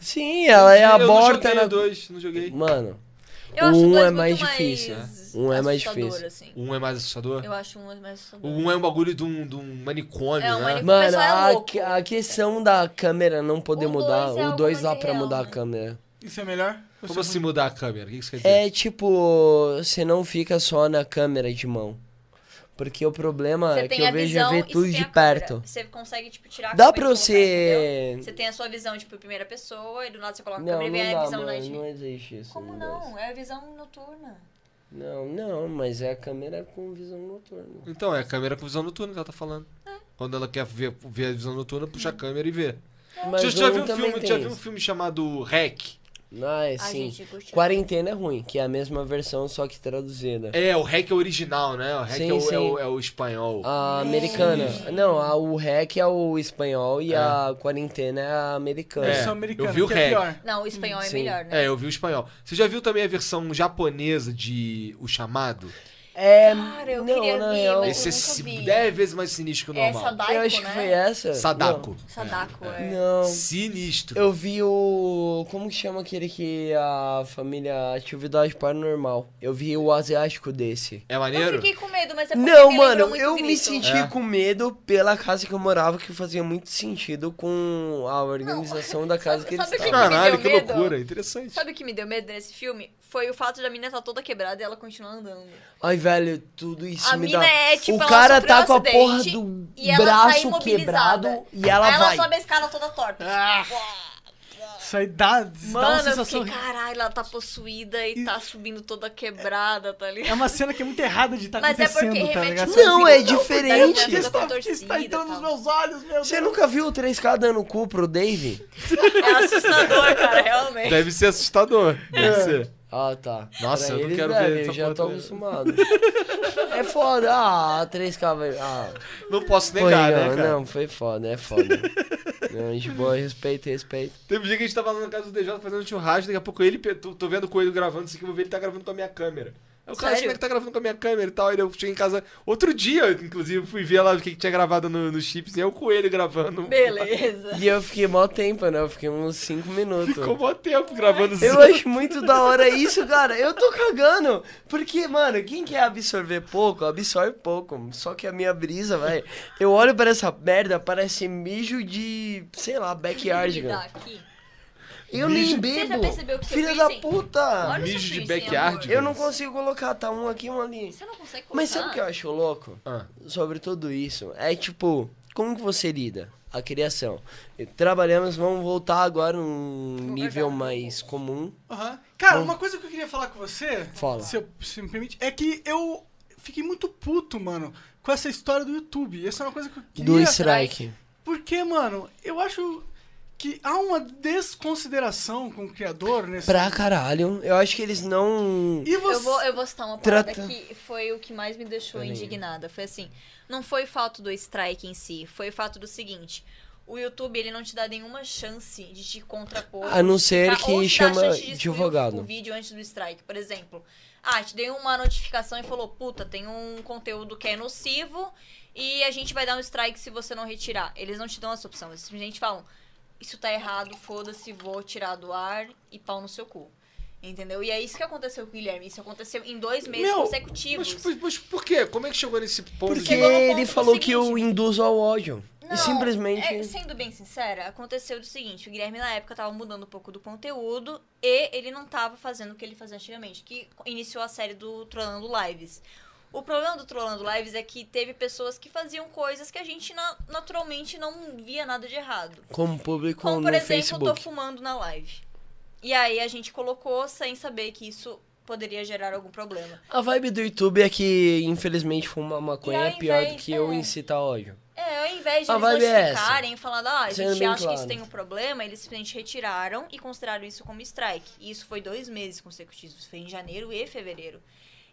Sim, ela é Eu não aborta joguei na. o dois, não joguei. Mano, Eu acho O um dois é muito mais difícil, né? Um é mais assustador, difícil. assim. Um é mais assustador? Eu acho um é mais assustador. O um é um bagulho de um, de um manicômio, É, um né? manicômio. O mano, pessoal é a, louco. que- a questão da câmera não poder O dois mudar, é o algo 2 mais dá pra real, mudar a né? câmera. Isso é melhor? Ou Como isso assim mudar a câmera? O que que isso quer dizer? É tipo, você não fica só na câmera de mão. Porque o problema Você é que tem a eu vejo é visão ver e tudo você tem de a câmera. perto. Você consegue, tipo, tirar a Dá câmera pra e colocar, você. entendeu? Você tem a sua visão, tipo, primeira pessoa, e do lado você coloca a Não, câmera e não vem a dá, visão mano, noite. não existe isso. Como no dois. não? É a visão noturna. Não, não, mas é a câmera com visão noturna. Então, é a câmera com visão noturna que ela tá falando. Quando ela quer ver, ver a visão noturna, puxa a câmera e vê. Hum. Mas Você já um viu um também filme, tem já viu um isso. filme chamado Hack? Ah, é Ai, sim. gente, curti. Quarentena é ruim, que é a mesma versão, só que traduzida. É, o Hack é o original, né? O Hack Sim, é, o, sim. é o- é o espanhol. A americana. Não, a, o REC é o espanhol e É. a quarentena é a americana. É. Versão americana, eu vi o que Hack. é pior. Não, o espanhol é Sim. melhor, né? É, eu vi o espanhol. Você já viu também a versão japonesa de O Chamado? É, Cara, eu não, queria na ver, real, mas- Esse é nunca si- vi. 10 vezes mais sinistro que o É normal. Sadako, eu acho que né? foi essa. Sadako. Sadako, É. é. Não. não. Sinistro. Eu vi o. Como que chama aquele que a família Atividade Paranormal? Eu vi o asiático desse. É Eu maneiro? fiquei com medo, mas é porque Não, me lembrou mano, muito eu me grito. senti É. com medo pela casa que eu morava, que fazia muito sentido com a organização da casa Sabe- que eles sabe o estavam. Caralho, Me que deu medo. loucura. Interessante. Sabe o que me deu medo nesse filme? Foi o fato da mina estar toda quebrada e ela continuar andando. Ai, velho, tudo isso A me mina dá. é, tipo, o ela cara sofreu tá um com a acidente porra do e ela tá braço imobilizada. quebrado e ela Aí ela vai. Ah, sobe a escala toda torta. Isso aí dá, dá uma Mano, eu sensação... fiquei, caralho, ela tá possuída e, tá subindo toda quebrada, tá É ligado? uma cena que é muito errada de estar tá Mas é porque acontecendo, tá remete ligado? muito Você Não, fica, é "Não, Tá diferente. ligado? Está, torcida está e entrando nos tal. meus olhos, meu Você Deus. nunca viu o 3K dando cu pro Dave? É assustador, cara, realmente. Deve ser assustador. Deve ser. Ah, tá. Nossa, eu não eles, quero velho, ver Eu essa já porra tô também. acostumado. É foda. Ah, 3K, velho. Ah, Não posso foi, negar, não, né, cara? não, foi foda, é foda. não, de boa, respeito, respeito. Teve um dia que a gente tava lá na casa do DJ fazendo um churrasco, daqui a pouco ele, pe- tô, tô vendo o Coelho gravando isso aqui, eu vou ver ele tá gravando com a minha câmera. Aí o cara, Sério? como é que tá gravando com a minha câmera e tal? Aí eu cheguei em casa outro dia, inclusive, fui ver lá o que, que tinha gravado no, no chips, e é o Coelho gravando. um Beleza. E eu fiquei mó tempo, né? Eu fiquei uns 5 minutos. Ficou mó tempo gravando assim. Eu isso. acho muito da hora isso, cara. Eu tô cagando. Porque, mano, quem quer absorver pouco, absorve pouco. Só que a minha brisa, velho. Eu olho pra essa merda, parece mijo de, sei lá, backyard, Me dá cara. aqui. Eu nem Você já bebo. percebeu que seu Filha da piercing- puta. Olha o seu Mijo de piercing, backyard, amor. Eu não consigo colocar, tá um aqui, um ali. Você não consegue colocar. Mas sabe o que eu acho louco? Ah. Sobre tudo isso. É tipo, como que você lida? A criação. Trabalhamos, vamos voltar agora num nível mais comum. Aham. Cara, uma coisa que eu queria falar com você, Fala. Se, eu- se me permite, é que eu fiquei muito puto, mano, com essa história do YouTube. Essa é uma coisa que eu queria... Do strike. Porque, mano, eu acho que há uma desconsideração com o criador nesse... Pra caralho. Eu acho que eles não. E você... Eu vou, eu vou citar uma parada Trata- que foi o que mais me deixou Peraí. indignada. Foi assim, não foi o fato do strike em si, foi o fato do seguinte. O YouTube, ele não te dá nenhuma chance de te contrapor. A não ser Tá? que Ou te dá chama chance de excluir o- advogado. O vídeo antes do strike, por exemplo. Ah, te dei uma notificação e falou, puta, tem um conteúdo que é nocivo e a gente vai dar um strike se você não retirar. Eles não te dão essa opção, eles simplesmente falam, isso tá errado, foda-se, vou tirar do ar e pau no seu cu. Entendeu? E é isso que aconteceu com o Guilherme. Isso aconteceu em dois meses Meu, consecutivos. tipo, Mas, mas- mas por quê? Como é que chegou nesse ponto? Porque Chegou no ele ponto falou que eu seguinte. induzo ao ódio. Não, simplesmente- é, sendo bem sincera, aconteceu o seguinte: o Guilherme na época tava mudando um pouco do conteúdo e ele não tava fazendo o que ele fazia antigamente, que iniciou a série do Trollando Lives. O problema do Trollando Lives é que teve pessoas que faziam coisas que a gente na- naturalmente não via nada de errado. Como público Como, no por exemplo, Facebook. tô fumando na live. E aí a gente colocou sem saber que isso poderia gerar algum problema. A vibe do YouTube é que, infelizmente, fumar maconha E é ao pior do invés- que eu é. incitar ódio. É, ao invés de A eles vibe é notificarem, falando, ah, a Sendo gente bem acha que claro. isso tem um problema, eles simplesmente retiraram e consideraram isso como strike. E isso foi dois meses consecutivos, foi em janeiro e fevereiro.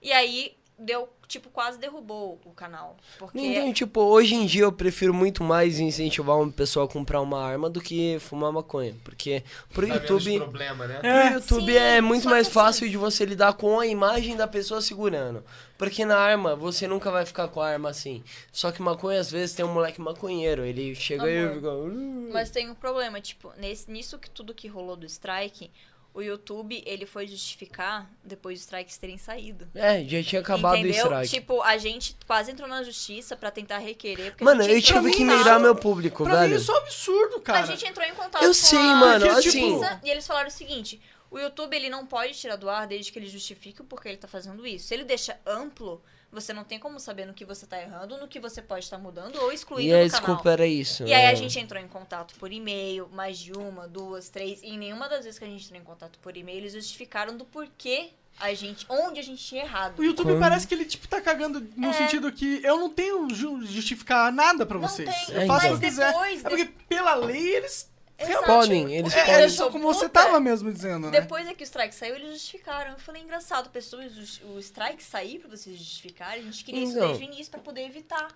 E aí, deu, tipo, quase derrubou o canal. Porque Então, tipo, hoje em dia eu prefiro muito mais incentivar uma pessoa a comprar uma arma do que fumar maconha. Porque pro Dá menos YouTube. Tá problema, né? Pro YouTube Sim, é muito só mais que assim fácil de você lidar com a imagem da pessoa segurando. Porque na arma, você nunca vai ficar com a arma assim. Só que maconha, às vezes, tem um moleque maconheiro. Ele chega e Amor. fica. "Uh". Mas tem um problema, tipo, nesse, nisso que tudo que rolou do strike, o YouTube, ele foi justificar depois dos strikes terem saído. É, já tinha acabado o Entendeu? strike. Tipo, a gente quase entrou na justiça pra tentar requerer. porque a Mano, gente eu entrou tive em que contato- mirar meu público, Pra mim velho. isso é um absurdo, cara. A gente entrou em contato Eu com sei, a mano, justiça assim- e eles falaram o seguinte: o YouTube ele não pode tirar do ar desde que ele justifique o porquê ele tá fazendo isso. Se ele deixa amplo, você não tem como saber no que você tá errando, no que você pode estar mudando ou excluindo E a do canal. desculpa era isso. E aí a né? gente entrou em contato por e-mail, mais de uma, duas, três. E em nenhuma das vezes que a gente entrou em contato por e-mail, eles justificaram do porquê a gente. onde a gente tinha errado. O YouTube parece que ele, tipo, tá cagando no sentido que eu não tenho ju- justificar nada pra É. Não vocês. tem, eu É, faço o então. que eu quiser. Mas É porque pela lei eles... Exato. Podem, eles O que É, podem. eles deixou são como você puta tava mesmo dizendo, né? Depois é que o strike saiu, eles justificaram. Eu falei, engraçado, pessoas, o- o strike sair pra vocês justificarem, a gente queria isso Então. desde o início pra poder evitar.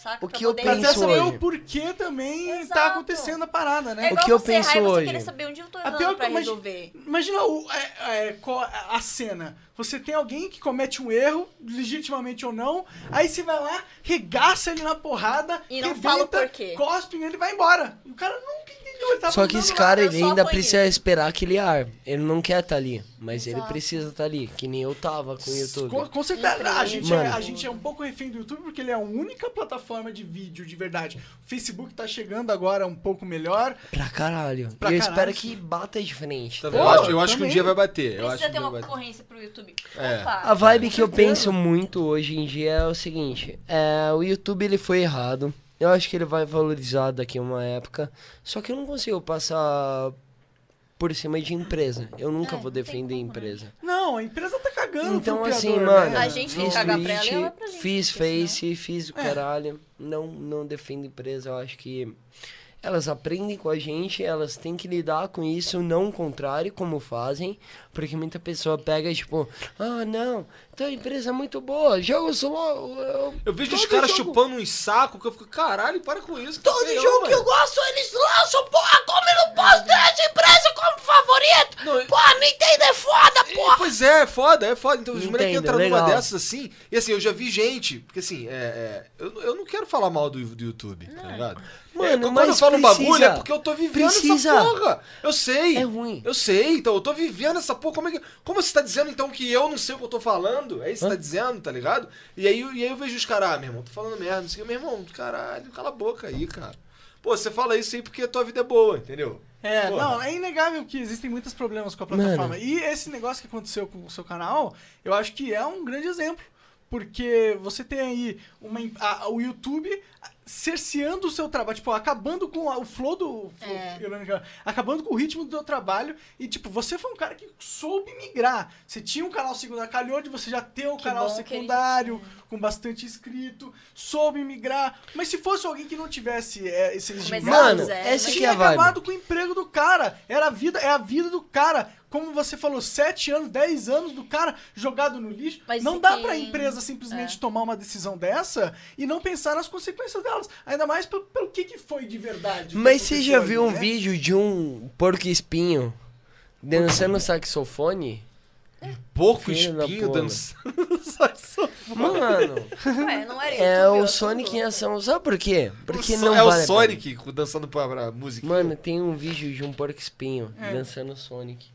Saca? O Pra que eu poder Pra penso até saber hoje. o porquê também tá Exato. acontecendo a parada, né? É igual que eu você penso errar e você hoje? querer saber onde eu tô A pior errando pra que- mas- resolver. Imagina o- é- é, qual- a cena. Você tem alguém que comete um erro, legitimamente ou não, aí você vai lá, regaça ele na porrada, E não fala o porquê. cospe nele e vai embora. E o cara nunca entendeu. Ele tava Só que andando esse lá. cara eu ele só ainda apanhei. precisa esperar aquele ar. Ele não quer estar ali, mas ele Exato. precisa estar ali, que nem eu tava com o YouTube. Com, com certeza, a gente, é, Mano. a gente é um pouco refém do YouTube porque ele é a única plataforma de vídeo de verdade. O Facebook tá chegando agora um pouco melhor. Pra caralho. Pra e eu caralho. espero que bata de frente. Eu, tá? acho, eu acho que um também. dia vai bater. Eu acho Precisa que ter um dia uma vai bater. concorrência pro YouTube. É. A Opa. vibe que eu penso muito hoje em dia é o seguinte: é, o YouTube ele foi errado. Eu acho que ele vai valorizar daqui a uma época. Só que eu não consigo passar por cima de empresa. Eu nunca É, vou não tem defender como, né? empresa. Não, a empresa tá cagando. Então, pro assim, criador, mano. né? A gente tem que fiz cagar pra ela e Twitch, ela pra gente, Fiz porque senão- Face, fiz o É. caralho. Não, não defendo empresa. Eu acho que elas aprendem com a gente, elas têm que lidar com isso, não o contrário, como fazem. Porque muita pessoa pega, tipo, ah, não, tua empresa é muito boa, jogo solo. Eu, Eu vejo os todo caras jogo- chupando uns sacos que eu fico, caralho, para com isso. que Todo feio, jogo que eu mano." gosto, eles lançam, porra, como eu não posso ter essa empresa como favorito? Porra, Nintendo é foda, porra! Pois é, é foda, é foda. Então, os Entendo, moleques entraram legal. numa dessas assim, e assim, eu já vi gente, porque assim, é, é, eu, eu não quero falar mal do, do YouTube, tá ligado? Mano, É, quando mas eu falo um bagulho precisa. é porque eu tô vivendo Precisa. essa porra. Eu sei. É ruim. Eu sei, então, eu tô vivendo essa porra. Como, é que, como você tá dizendo então que eu não sei o que eu tô falando? É isso que você tá dizendo, tá ligado? E aí, e aí eu vejo os caras, ah, meu irmão, tô falando merda, não sei o que, meu irmão, caralho, cala a boca aí, cara. Pô, você fala isso aí porque a tua vida é boa, entendeu? É, Porra. não, é inegável que existem muitos problemas com a Mano. plataforma. E esse negócio que aconteceu com o seu canal, eu acho que é um grande exemplo. Porque você tem aí uma, em- a- o YouTube cerceando o seu trabalho, tipo, acabando com a- o flow do. flow, É. ironicamente, Acabando com o ritmo do seu trabalho. E, tipo, você foi um cara que soube migrar. Você tinha um canal secundário, calhou de você já ter um Que canal bom que é ele- secundário, com bastante inscrito, soube migrar. Mas se fosse alguém que não tivesse é, esses Começar gigantes- Mano, do zero, essa né? que é tinha a vibe. acabado com o emprego do cara. Era a vida, é a vida do cara. Como você falou, 7 anos, 10 anos do cara jogado no lixo. Mas não e dá quem- É. pra empresa simplesmente tomar uma decisão dessa e não pensar nas consequências delas. Ainda mais pelo, pelo que, que foi de verdade. que Mas você já aconteceu viu ali, um né? vídeo de um porco espinho dançando saxofone? Porco Filho da espinho porra. dançando saxofone. Mano, Ué, não era é YouTube, o eu- Sonic em ação. Sabe por quê? Porque O so- não é vale a o Sonic dançando pra, pra música. pena. Mano, tem um vídeo de um porco espinho É. dançando Sonic.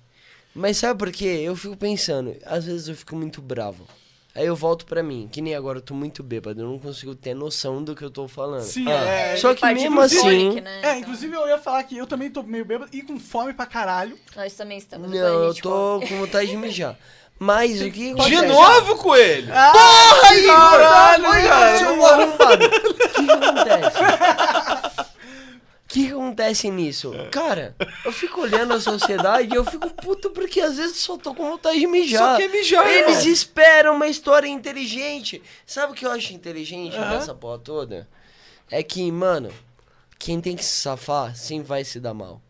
Mas sabe por quê? Eu fico pensando, às vezes eu fico muito bravo. Aí eu volto pra mim, que nem agora eu tô muito bêbado, eu não consigo ter noção do que eu tô falando. Sim, Ah. é. Só que Parte mesmo do assim. Sonic, né? É, Então, inclusive eu ia falar que eu também tô meio bêbado e com fome pra caralho. Então, Nós também é. estamos. tipo, Não, depois a eu gente tô come. com vontade de mijar. Mas o que De acontece? novo, coelho? Ah. Porra, aí, caralho, cara. Seu arrombado. O que que acontece? O que, que acontece nisso? Cara, eu fico olhando a sociedade e eu fico puto porque às vezes só tô com vontade de mijar. Só Ah, quer mijar, Eles irmão. esperam uma história inteligente. Sabe o que eu acho inteligente nessa porra toda? É que, mano, quem tem que se safar sempre vai se dar mal.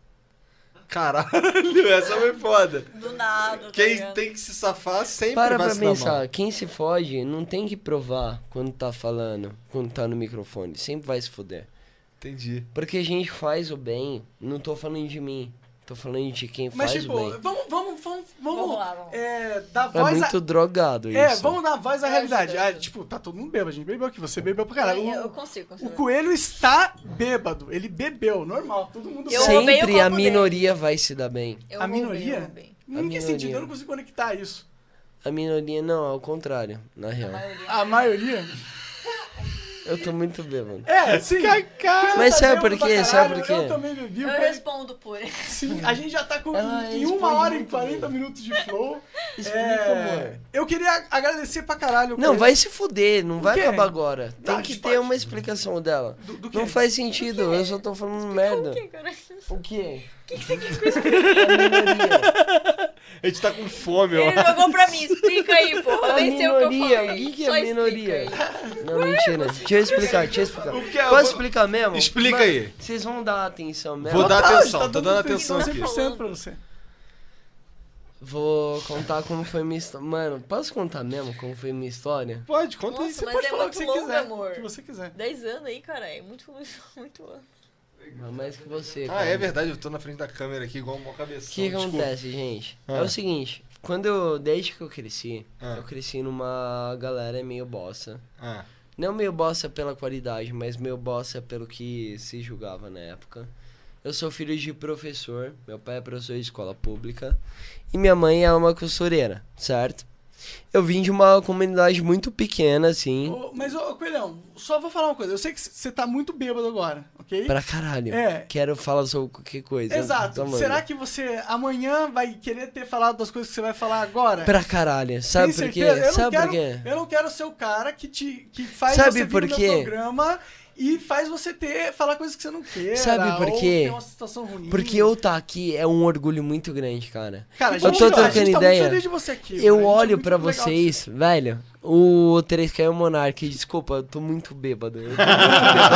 Caralho, essa foi foda. Do nada. tá Quem ligado? tem que se safar sempre Para vai pra se dar mal. pensar, quem se fode não tem que provar quando tá falando, quando tá no microfone. Sempre vai se foder. Entendi. Porque a gente faz o bem, não tô falando de mim, tô falando de quem Mas faz tipo, o bem. vamos, vamos, vamos, vamos, Vamos lá, vamos. é, dar É voz muito a... drogado isso. É, vamos dar voz à Eu realidade. ajudo, eu Ah, ajudo. tipo, tá todo mundo bêbado, a gente bebeu aqui, você bebeu pra caralho. Eu, O- eu consigo, O consigo. coelho está bêbado, ele bebeu, normal, todo mundo Eu bebe. roubei o Sempre a copo dele. minoria vai se dar bem. Eu A roubei, eu minoria? roubei. Não que minoria. sentido, eu não consigo conectar isso. A minoria não, é o contrário, na real. A maioria? Eu tô muito bêbado. É, sim. Mas Tá sabe bêbado por pra quê? caralho, Sabe por quê? Eu também bebi, o Eu coelho- respondo por ele. sim, a gente já tá com Ela em responde uma hora e Ah, muito 40 bem. minutos de flow. Explica, É, amor. eu queria agradecer pra caralho. o Não, coelho. vai se fuder, não vai quê? acabar agora. Tem Não, que ter pode. uma explicação dela. Do- do não quê? faz sentido, eu só tô falando merda. O que, cara? O quê? A gente tá com fome, ó. Ele jogou pra mim, explica aí, porra. Eu A nem sei o que eu minoria, falei. o que que é Só explica minoria? aí. Não, mentira. Deixa eu explicar, deixa eu explicar. O que é? Eu vou- Posso explicar mesmo? Explica Mas aí. Vocês vão dar atenção mesmo. Vou dar Tá, atenção, tá tô todo dando mundo atenção aqui. 100% pra você. Vou contar como foi minha história. Mano, posso contar mesmo como foi minha história? Pode, conta Nossa, aí. Você mas pode é falar o que muito você longo, quiser. amor. O que você quiser. 10 anos aí, caralho. Muito, muito ano. Mas mais que você. Ah, cara. é verdade, eu tô na frente da câmera aqui igual uma cabeção. O tá que que desculpa. acontece, gente? É Ah. o seguinte, quando eu. Desde que eu cresci, Ah. eu cresci numa galera meio bossa. Ah, Não meio bossa pela qualidade, mas meio bossa pelo que se julgava na época. Eu sou filho de professor, meu pai é professor de escola pública e minha mãe é uma costureira, certo? Eu vim de uma comunidade muito pequena, assim, Ô, Mas, ô, Coelhão, só vou falar uma coisa. Eu sei que c- você tá muito bêbado agora, ok? pra caralho. É. Quero falar sobre qualquer coisa. Exato. Tomando. Será que você amanhã vai querer ter falado das coisas que você vai falar agora? Pra caralho. Sabe é? Tem por quê? certeza? Eu não Sabe quero, por quê? Eu não quero ser o cara que te que faz Sabe você vir por no meu quê? programa e faz você ter falar coisas que você não quer. Sabe por quê? uma situação ruim. Porque eu tá aqui é um orgulho muito grande, cara. Cara, a eu gente, tô a trocando gente tá muito ideia. feliz de você aqui. eu mano. A gente tá olho muito pra legal de você. vocês, velho. O 3K é o Monark. Desculpa, eu tô muito bêbado. Eu tô muito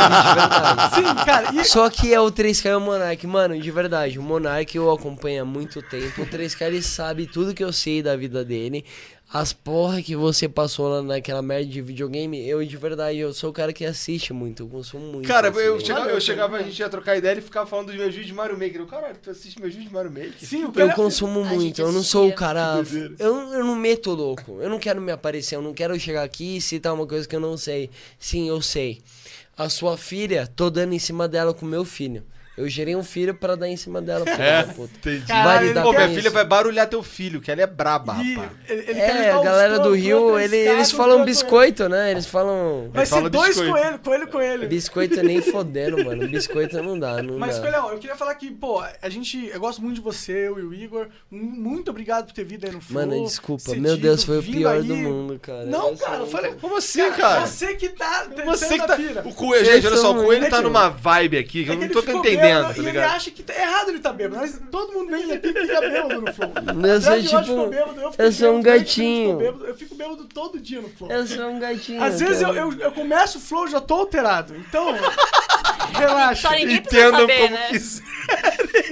bêbado de verdade. Ah, Sim, cara. E, Só que é o 3K e o Monark, mano, de verdade, o Monark eu acompanho há muito tempo. O 3K ele sabe tudo que eu sei da vida dele. As porra que você passou lá naquela merda de videogame, eu de verdade, eu sou o cara que assiste muito, eu consumo muito. Cara, esse eu meio. chegava, eu chegava, a gente ia trocar ideia e ficava falando dos meus vídeos de Mario Maker. Eu, caralho, tu assiste meus vídeos de Mario Maker? sim, o Eu cara... consumo gente muito, eu não sou o assistia. cara. Que doideira. Eu, eu não meto louco. Eu não quero me aparecer, eu não quero chegar aqui e citar uma coisa que eu não sei. Sim, eu sei. A sua filha, tô dando em cima dela com meu filho. Eu gerei um filho pra dar em cima dela, filha da puta. É, entendi. Caralho, Vai lidar Pô, com minha isso. filha vai barulhar teu filho, que ela é braba, e rapaz. ele- ele quer É, levar a os galera do dois, Rio, dois, ele- três eles caras, falam dois, dois. biscoito, né? Eles falam. Vai Fala ser dois biscoito. coelho, coelho, É coelho. Biscoito nem fodendo, mano. Biscoito não dá, não Mas, dá. Coelhão, eu queria falar que, pô, a gente. Eu gosto muito de você, eu e o Igor. M- Muito obrigado por ter vindo aí no Flow. Mano, desculpa. cedido, Meu Deus, foi o vindo pior aí. do mundo, cara. é um Não, Eu sou cara, eu muito- falei. Como assim, cara? Você que tá. Você que tá. O O coelho, gente, olha só, Esse o coelho tá é um- numa vibe aqui É que eu não tô entendendo, tá e ele ligado? acha que tá errado ele tá bêbado. Mas todo mundo vem aqui e fica bêbado no Flow. Eu sou André de Jorge ficou tipo. bêbado, eu fiquei Eu sou um bêbado, Felipe ficou gatinho. bêbado, Eu fico bêbado todo dia no Flow. Eu sou um gatinho. é Às vezes eu, cara. eu, eu começo o Flow e já tô alterado. Então. Relaxa. Só ninguém precisa Entendam saber, como né? quiser.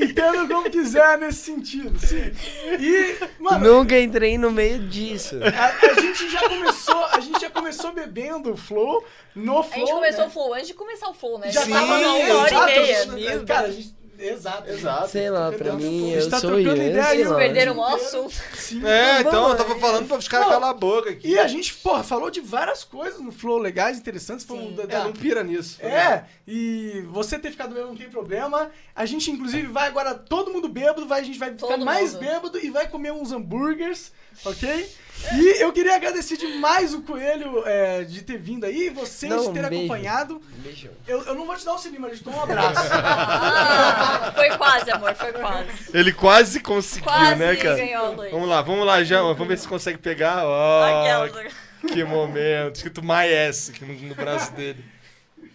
Entenda como quiser nesse sentido, sim. E, mano, Nunca entrei no meio disso. A, a gente já começou, a gente já começou bebendo o flow no flow. A gente começou né? o flow antes de começar o flow, né? já Já Sim, tava na uma hora exato, e meia. né? Meu Cara, a Deus. gente, exato. Exato. Sei lá, pra A mim, gente eu tá sou trocando eu. ideia, sei eles lá. Perderam o maior assunto. Sim. É, então eu Vamos, tava falando pra os caras Não. calar a boca aqui. E a gente, porra, falou de várias coisas no flow legais, interessantes, foi um Sim. da- É, da- não pira nisso. É, e você ter ficado bêbado não tem problema. A gente, inclusive, vai agora todo mundo bêbado, vai, a gente vai ficar Todo mais mundo. bêbado e vai comer uns hambúrgueres, ok? E eu queria agradecer demais o Coelho é, de ter vindo aí, você Não, de ter um beijo. acompanhado. Beijão. Eu, eu não vou te dar um cinema, mas eu te dou um abraço. Ah, foi quase, amor, foi quase. Ele quase conseguiu, Quase né, cara? ganhou, Luiz. Vamos lá, vamos lá, Jama. Vamos ver se consegue pegar. Ó, Aquela. né? que momento. Escrito My S aqui no, no braço dele.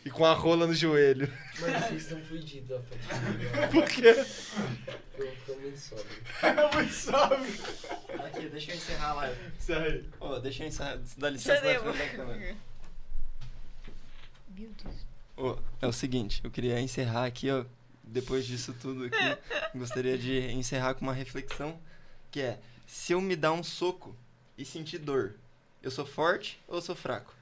E com a rola no joelho. Mano, vocês estão fudidos, ó. Por quê? Eu tô muito sóbrio. Muito salve. Aqui, deixa eu encerrar a live. Sério. Ô, deixa eu encerrar. Dá licença. Cadê? dá licença, dá câmera. Ô, é o seguinte, eu queria encerrar aqui, ó. Depois disso tudo aqui, gostaria de encerrar com uma reflexão, que é, se eu me dar um soco e sentir dor, eu sou forte ou eu sou fraco?